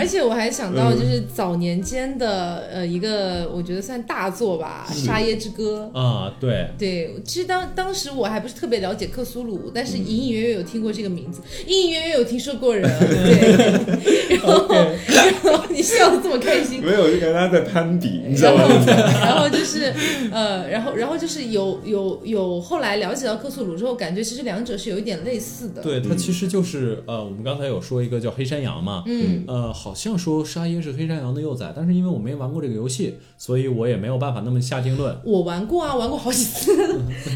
S4: 而且我还想到，
S3: 嗯
S4: 就是早年间的呃一个，我觉得算大作吧，《沙耶之歌》。
S3: 哦
S2: 啊，对，
S4: 对，其实当当时我还不是特别了解克苏鲁，但是
S3: 嗯
S4: 隐隐约约有听过这个名字，隐隐约约有听说 过人。对，然后然后你笑得这么开心，
S3: 没有，就感觉他在攀比，你知
S4: 然
S3: 道
S4: 后
S3: 吗？
S4: 然后就是呃，然后然后就是有有有后来了解到克苏鲁之后，感觉其实两者是有一点类似的。，
S2: 对，
S3: 嗯
S2: 它其实就是呃，我们刚才有说一个叫黑山羊嘛，
S4: 嗯，
S2: 呃，好像说沙耶是黑山羊的幼崽，但是因为我没玩过这个游戏，所以我也没有办法那么下定论。
S4: 我玩过啊，玩过好几次。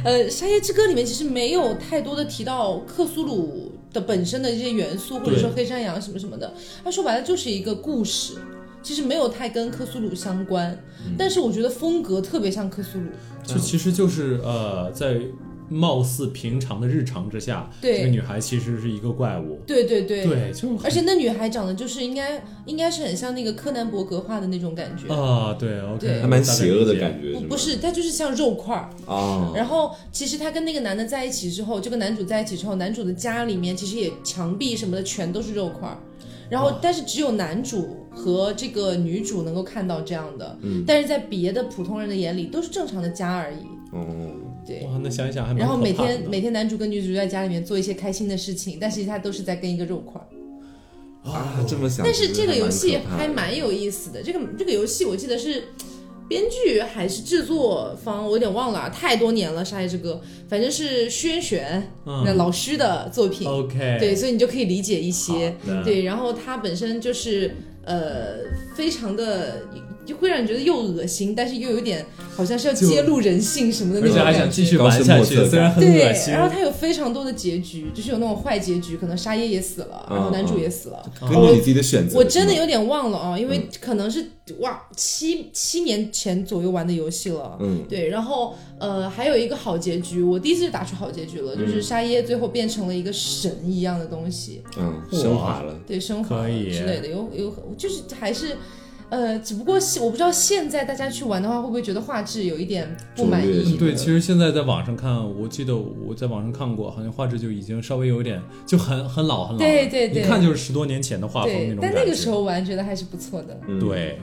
S4: 呃，《沙耶之歌》里面其实没有太多的提到克苏鲁的本身的这些元素，或者说黑山羊什么什么的。它说白了就是一个故事，其实没有太跟克苏鲁相关。但是我觉得风格特别像克苏鲁。
S3: 嗯
S2: 就其实就是呃，在貌似平常的日常之下，
S4: 对
S2: 这个女孩其实是一个怪物，
S4: 对对对。
S2: 对，就是
S4: 而且那女孩长得就是应该应该是很像那个柯南伯格画的那种感觉，
S2: 啊，对，OK，
S4: 对
S3: 还蛮邪恶的感
S2: 觉，
S3: 觉，
S4: 不
S3: 是吗
S4: 不？是，她就是像肉块儿。
S3: 啊，
S4: 然后其实她跟那个男的在一起之后，就跟男主在一起之后，男主的家里面其实也墙壁什么的全都是肉块儿，然后但是只有男主和这个女主能够看到这样的，
S2: 嗯
S4: 但是在别的普通人的眼里都是正常的家而已。
S3: 哦。
S4: 对，
S2: 哇，那想一想还蛮
S4: 然后每
S2: 可怕的
S4: 天每天男主跟女主在家里面做一些开心的事情，但其实他都是在跟一个肉块儿。
S3: 啊，这么想。
S4: 但是这个游戏还
S3: 还
S4: 蛮有意思的，这个这个游戏我记得是。编剧还是制作方，我有点忘了啊，太多年了。《沙耶之歌》，反正是薛元玄，那、
S2: 嗯
S4: 老师的作品，
S2: ，OK，
S4: 对，所以你就可以理解一些
S2: 好的，
S4: 对。然后它本身就是呃，非常的就会让你觉得又恶心，但是又有点好像是要
S2: 就
S4: 揭露人性什么的那
S2: 而
S4: 种
S2: 且还
S4: 感
S2: 想
S4: 觉。
S2: 继续玩下
S3: 高深莫测
S2: 去，
S3: 感
S2: 虽然很
S4: 对
S2: 恶，心
S4: 然，后它有非常多的结局，就是有那种坏结局，可能沙耶也死
S2: 嗯
S4: 了，然后男主也死了，
S3: 根据你自己的选择，
S4: 我真的
S3: 是吗
S4: 有点忘了啊，因为可能是、哇七七年前左右玩的游戏了。
S3: 嗯
S4: 对，然后呃，还有一个好结局，我第一次就打出好结局了，就是沙耶最后变成了一个神一样的东西，
S3: 嗯升华了，
S4: 对，升华
S2: 可以
S4: 之类的，有有就是还是，呃，只不过是我不知道现在大家去玩的话，会不会觉得画质有一点不满
S3: 拙劣是
S4: 意
S2: 嗯
S3: 吧？
S2: 对，其实现在在网上看，我记得我在网上看过，好像画质就已经稍微有点，就很很老很老了，
S4: 对对对
S2: 一看就是十多年前的画风那
S4: 对
S2: 种，感
S4: 但
S2: 觉。
S4: 那个时候玩觉得还是不错的。
S3: 嗯，
S2: 对，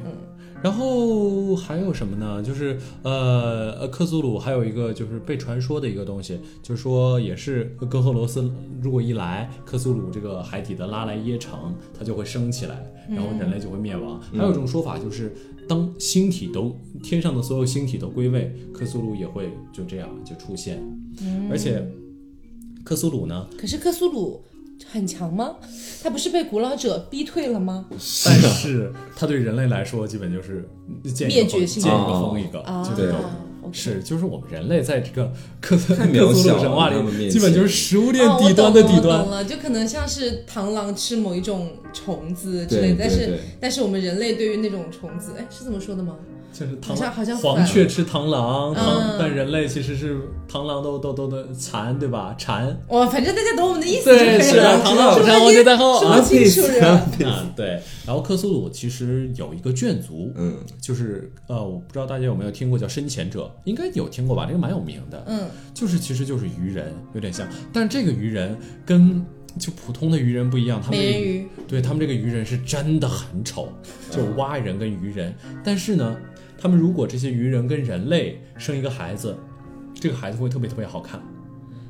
S2: 然后还有什么呢？就是呃，呃克苏鲁还有一个就是被传说的一个东西，就是说也是哥赫罗斯如果一来，克苏鲁这个海底的拉莱耶城它就会升起来，
S4: 嗯
S2: 然后人类就会灭亡。还有一种说法就是，当星体都天上的所有星体都归位，克苏鲁也会就这样就出现，
S4: 嗯
S2: 而且。克苏鲁 呢？
S4: 可是克苏鲁很强吗？他不是被古老者逼退了吗？
S2: 但是它对人类来说，基本就是见一个
S4: 灭绝
S2: 封
S4: 性
S2: 见一个
S3: 哦
S2: 封一个，
S4: 啊
S2: 就
S3: 对
S2: 这种。
S4: ，OK
S2: 是，就是我们人类在这个克克
S3: 太渺
S2: 苏鲁
S3: 小了
S2: 神话
S3: 在他们
S2: 里，
S3: 面
S2: 基本
S3: 前
S2: 就是食物链
S4: 哦
S2: 底端的底
S4: 我懂了，我
S2: 端
S4: 懂。了，就可能像是螳螂吃某一种虫子 之
S3: 对
S4: 类，但
S3: 对
S4: 是
S3: 对
S4: 但是我们人类对于那种虫子，哎，是这么说的吗？
S2: 就是螳
S4: 好像好像反
S2: 黄雀吃螳螂，螳
S4: 嗯
S2: 但人类其实是螳螂都都都的蝉，对吧？蝉，
S4: 哇，哦反正大家懂我们的意思就可
S2: 对，
S4: 以
S2: 是
S4: 了
S2: 的，
S3: 啊，
S2: 螳螂有
S4: 是不是
S2: 蝉，
S4: 已
S2: 黄雀
S4: 经
S2: 在后
S4: 是
S2: 啊
S4: 不是清楚人？
S2: 啊，对。然后克苏鲁其实有一个卷族，
S3: 嗯，
S2: 就是呃，我不知道大家有没有听过叫深潜者，应该有听过吧？这个蛮有名的，
S4: 嗯，
S2: 就是其实就是鱼人，有点像，但这个鱼人跟就普通的鱼人不一样，他们这
S4: 美
S2: 个
S4: 人鱼，
S2: 对他们这个鱼人是真的很丑，就蛙人跟鱼人。但是呢，他们如果这些鱼人跟人类生一个孩子，这个孩子会特别特别好看。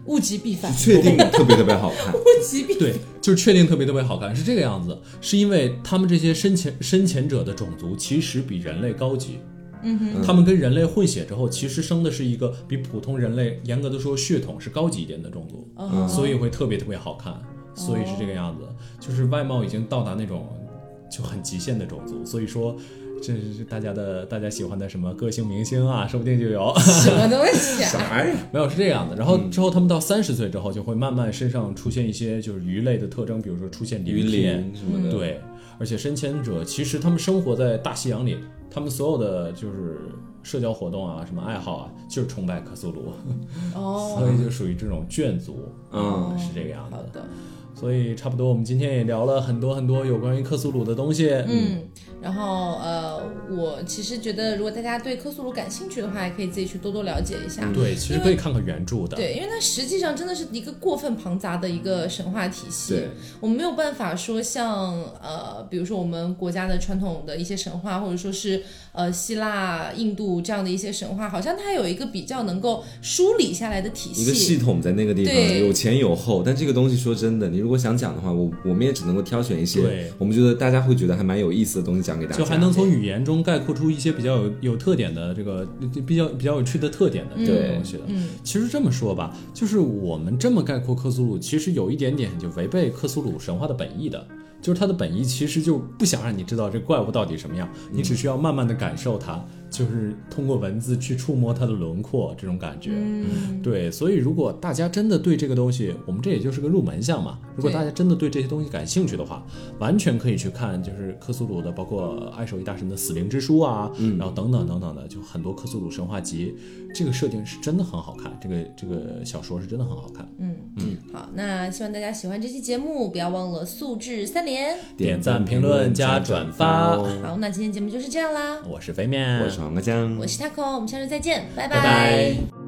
S4: 物极必反，
S3: 确定特别特别好 看。
S4: 物极 必
S2: 对，就是确定特别特别好看，是这个样子，是因为他们这些深潜深潜者的种族其实比人类高级。
S4: 嗯
S2: 哼，他们跟人类混血之后，其实生的是一个比普通人类严格的说血统是高级一点的种族，
S4: 哦
S2: 所以会特别特别好看，所以是这个样子，就是外貌已经到达那种就很极限的种族，所以说这是大家的大家喜欢的什么歌星明星啊，说不定就有。
S4: 什么东西啊？
S3: 啥呀？
S2: 没有是这样的，然
S3: 嗯
S2: 后之后他们到三十岁之后，就会慢慢身上出现一些就是鱼类的特征，比如说出现
S3: 鱼
S2: 鳞
S3: 鳞什么的，，
S4: 嗯
S2: 对，而且深潜者其实他们生活在大西洋里，他们所有的就是社交活动啊，什么爱好啊，就是崇拜克苏鲁，
S4: 哦，
S2: 所以就属于这种眷族，啊
S3: 嗯
S2: 是这个样子
S4: 好。的。
S2: 所以差不多，我们今天也聊了很多很多有关于克苏鲁的东西。嗯，
S4: 嗯，然后呃，我其实觉得，如果大家对科苏鲁感兴趣的话，也可以自己去多多了解一下。
S2: 对，其实可以看看原嗯著的。
S4: 对，因为它实际上真的是一个过分庞杂的一个神话体系。
S3: 对，
S4: 我们没有办法说像呃，比如说我们国家的传统的一些神话，或者说是呃希腊、印度这样的一些神话，好像它有一个比较能够梳理下来的体
S3: 一个系
S4: 系。
S3: 统在那个地方，
S4: 对
S3: 有前有后。但这个东西说真的，你如果想讲的话，我我们也只能够挑选一
S2: 对
S3: 些我们觉得大家会觉得还蛮有意思的东西讲给大家，
S2: 就还能从语言中概括出一些比较有有特点的这个比较比较有趣的特点的这种
S3: 对
S2: 东西的。
S4: 嗯，
S2: 其实这么说吧，就是我们这么概括克苏鲁，其实有一点点就违背克苏鲁神话的本意的。就是它的本意其实就不想让你知道这怪物到底什么样，
S3: 嗯
S2: 你只需要慢慢的感受它，就是通过文字去触摸它的轮廓这种感觉。嗯，对，所以如果大家真的对这个东西，我们这也就是个入门项嘛。如果
S4: 对
S2: 大家真的对这些东西感兴趣的话，完全可以去看，就是克苏鲁的，包括爱手艺大神的《死灵之书》啊，然后等等等等的，就很多克苏鲁神话集，这个设定是真的很好看，这个这个小说是真的很好看。
S4: 嗯好，那希望大家喜欢这期节目，不要忘了素质三连。
S2: 点赞、评论、加转发，
S4: 好，那今天节目就是这样啦，
S2: 我是飞面，
S4: 嗯
S3: 我是王阿江，
S4: 我是 taco，我们下周再见，
S2: 拜拜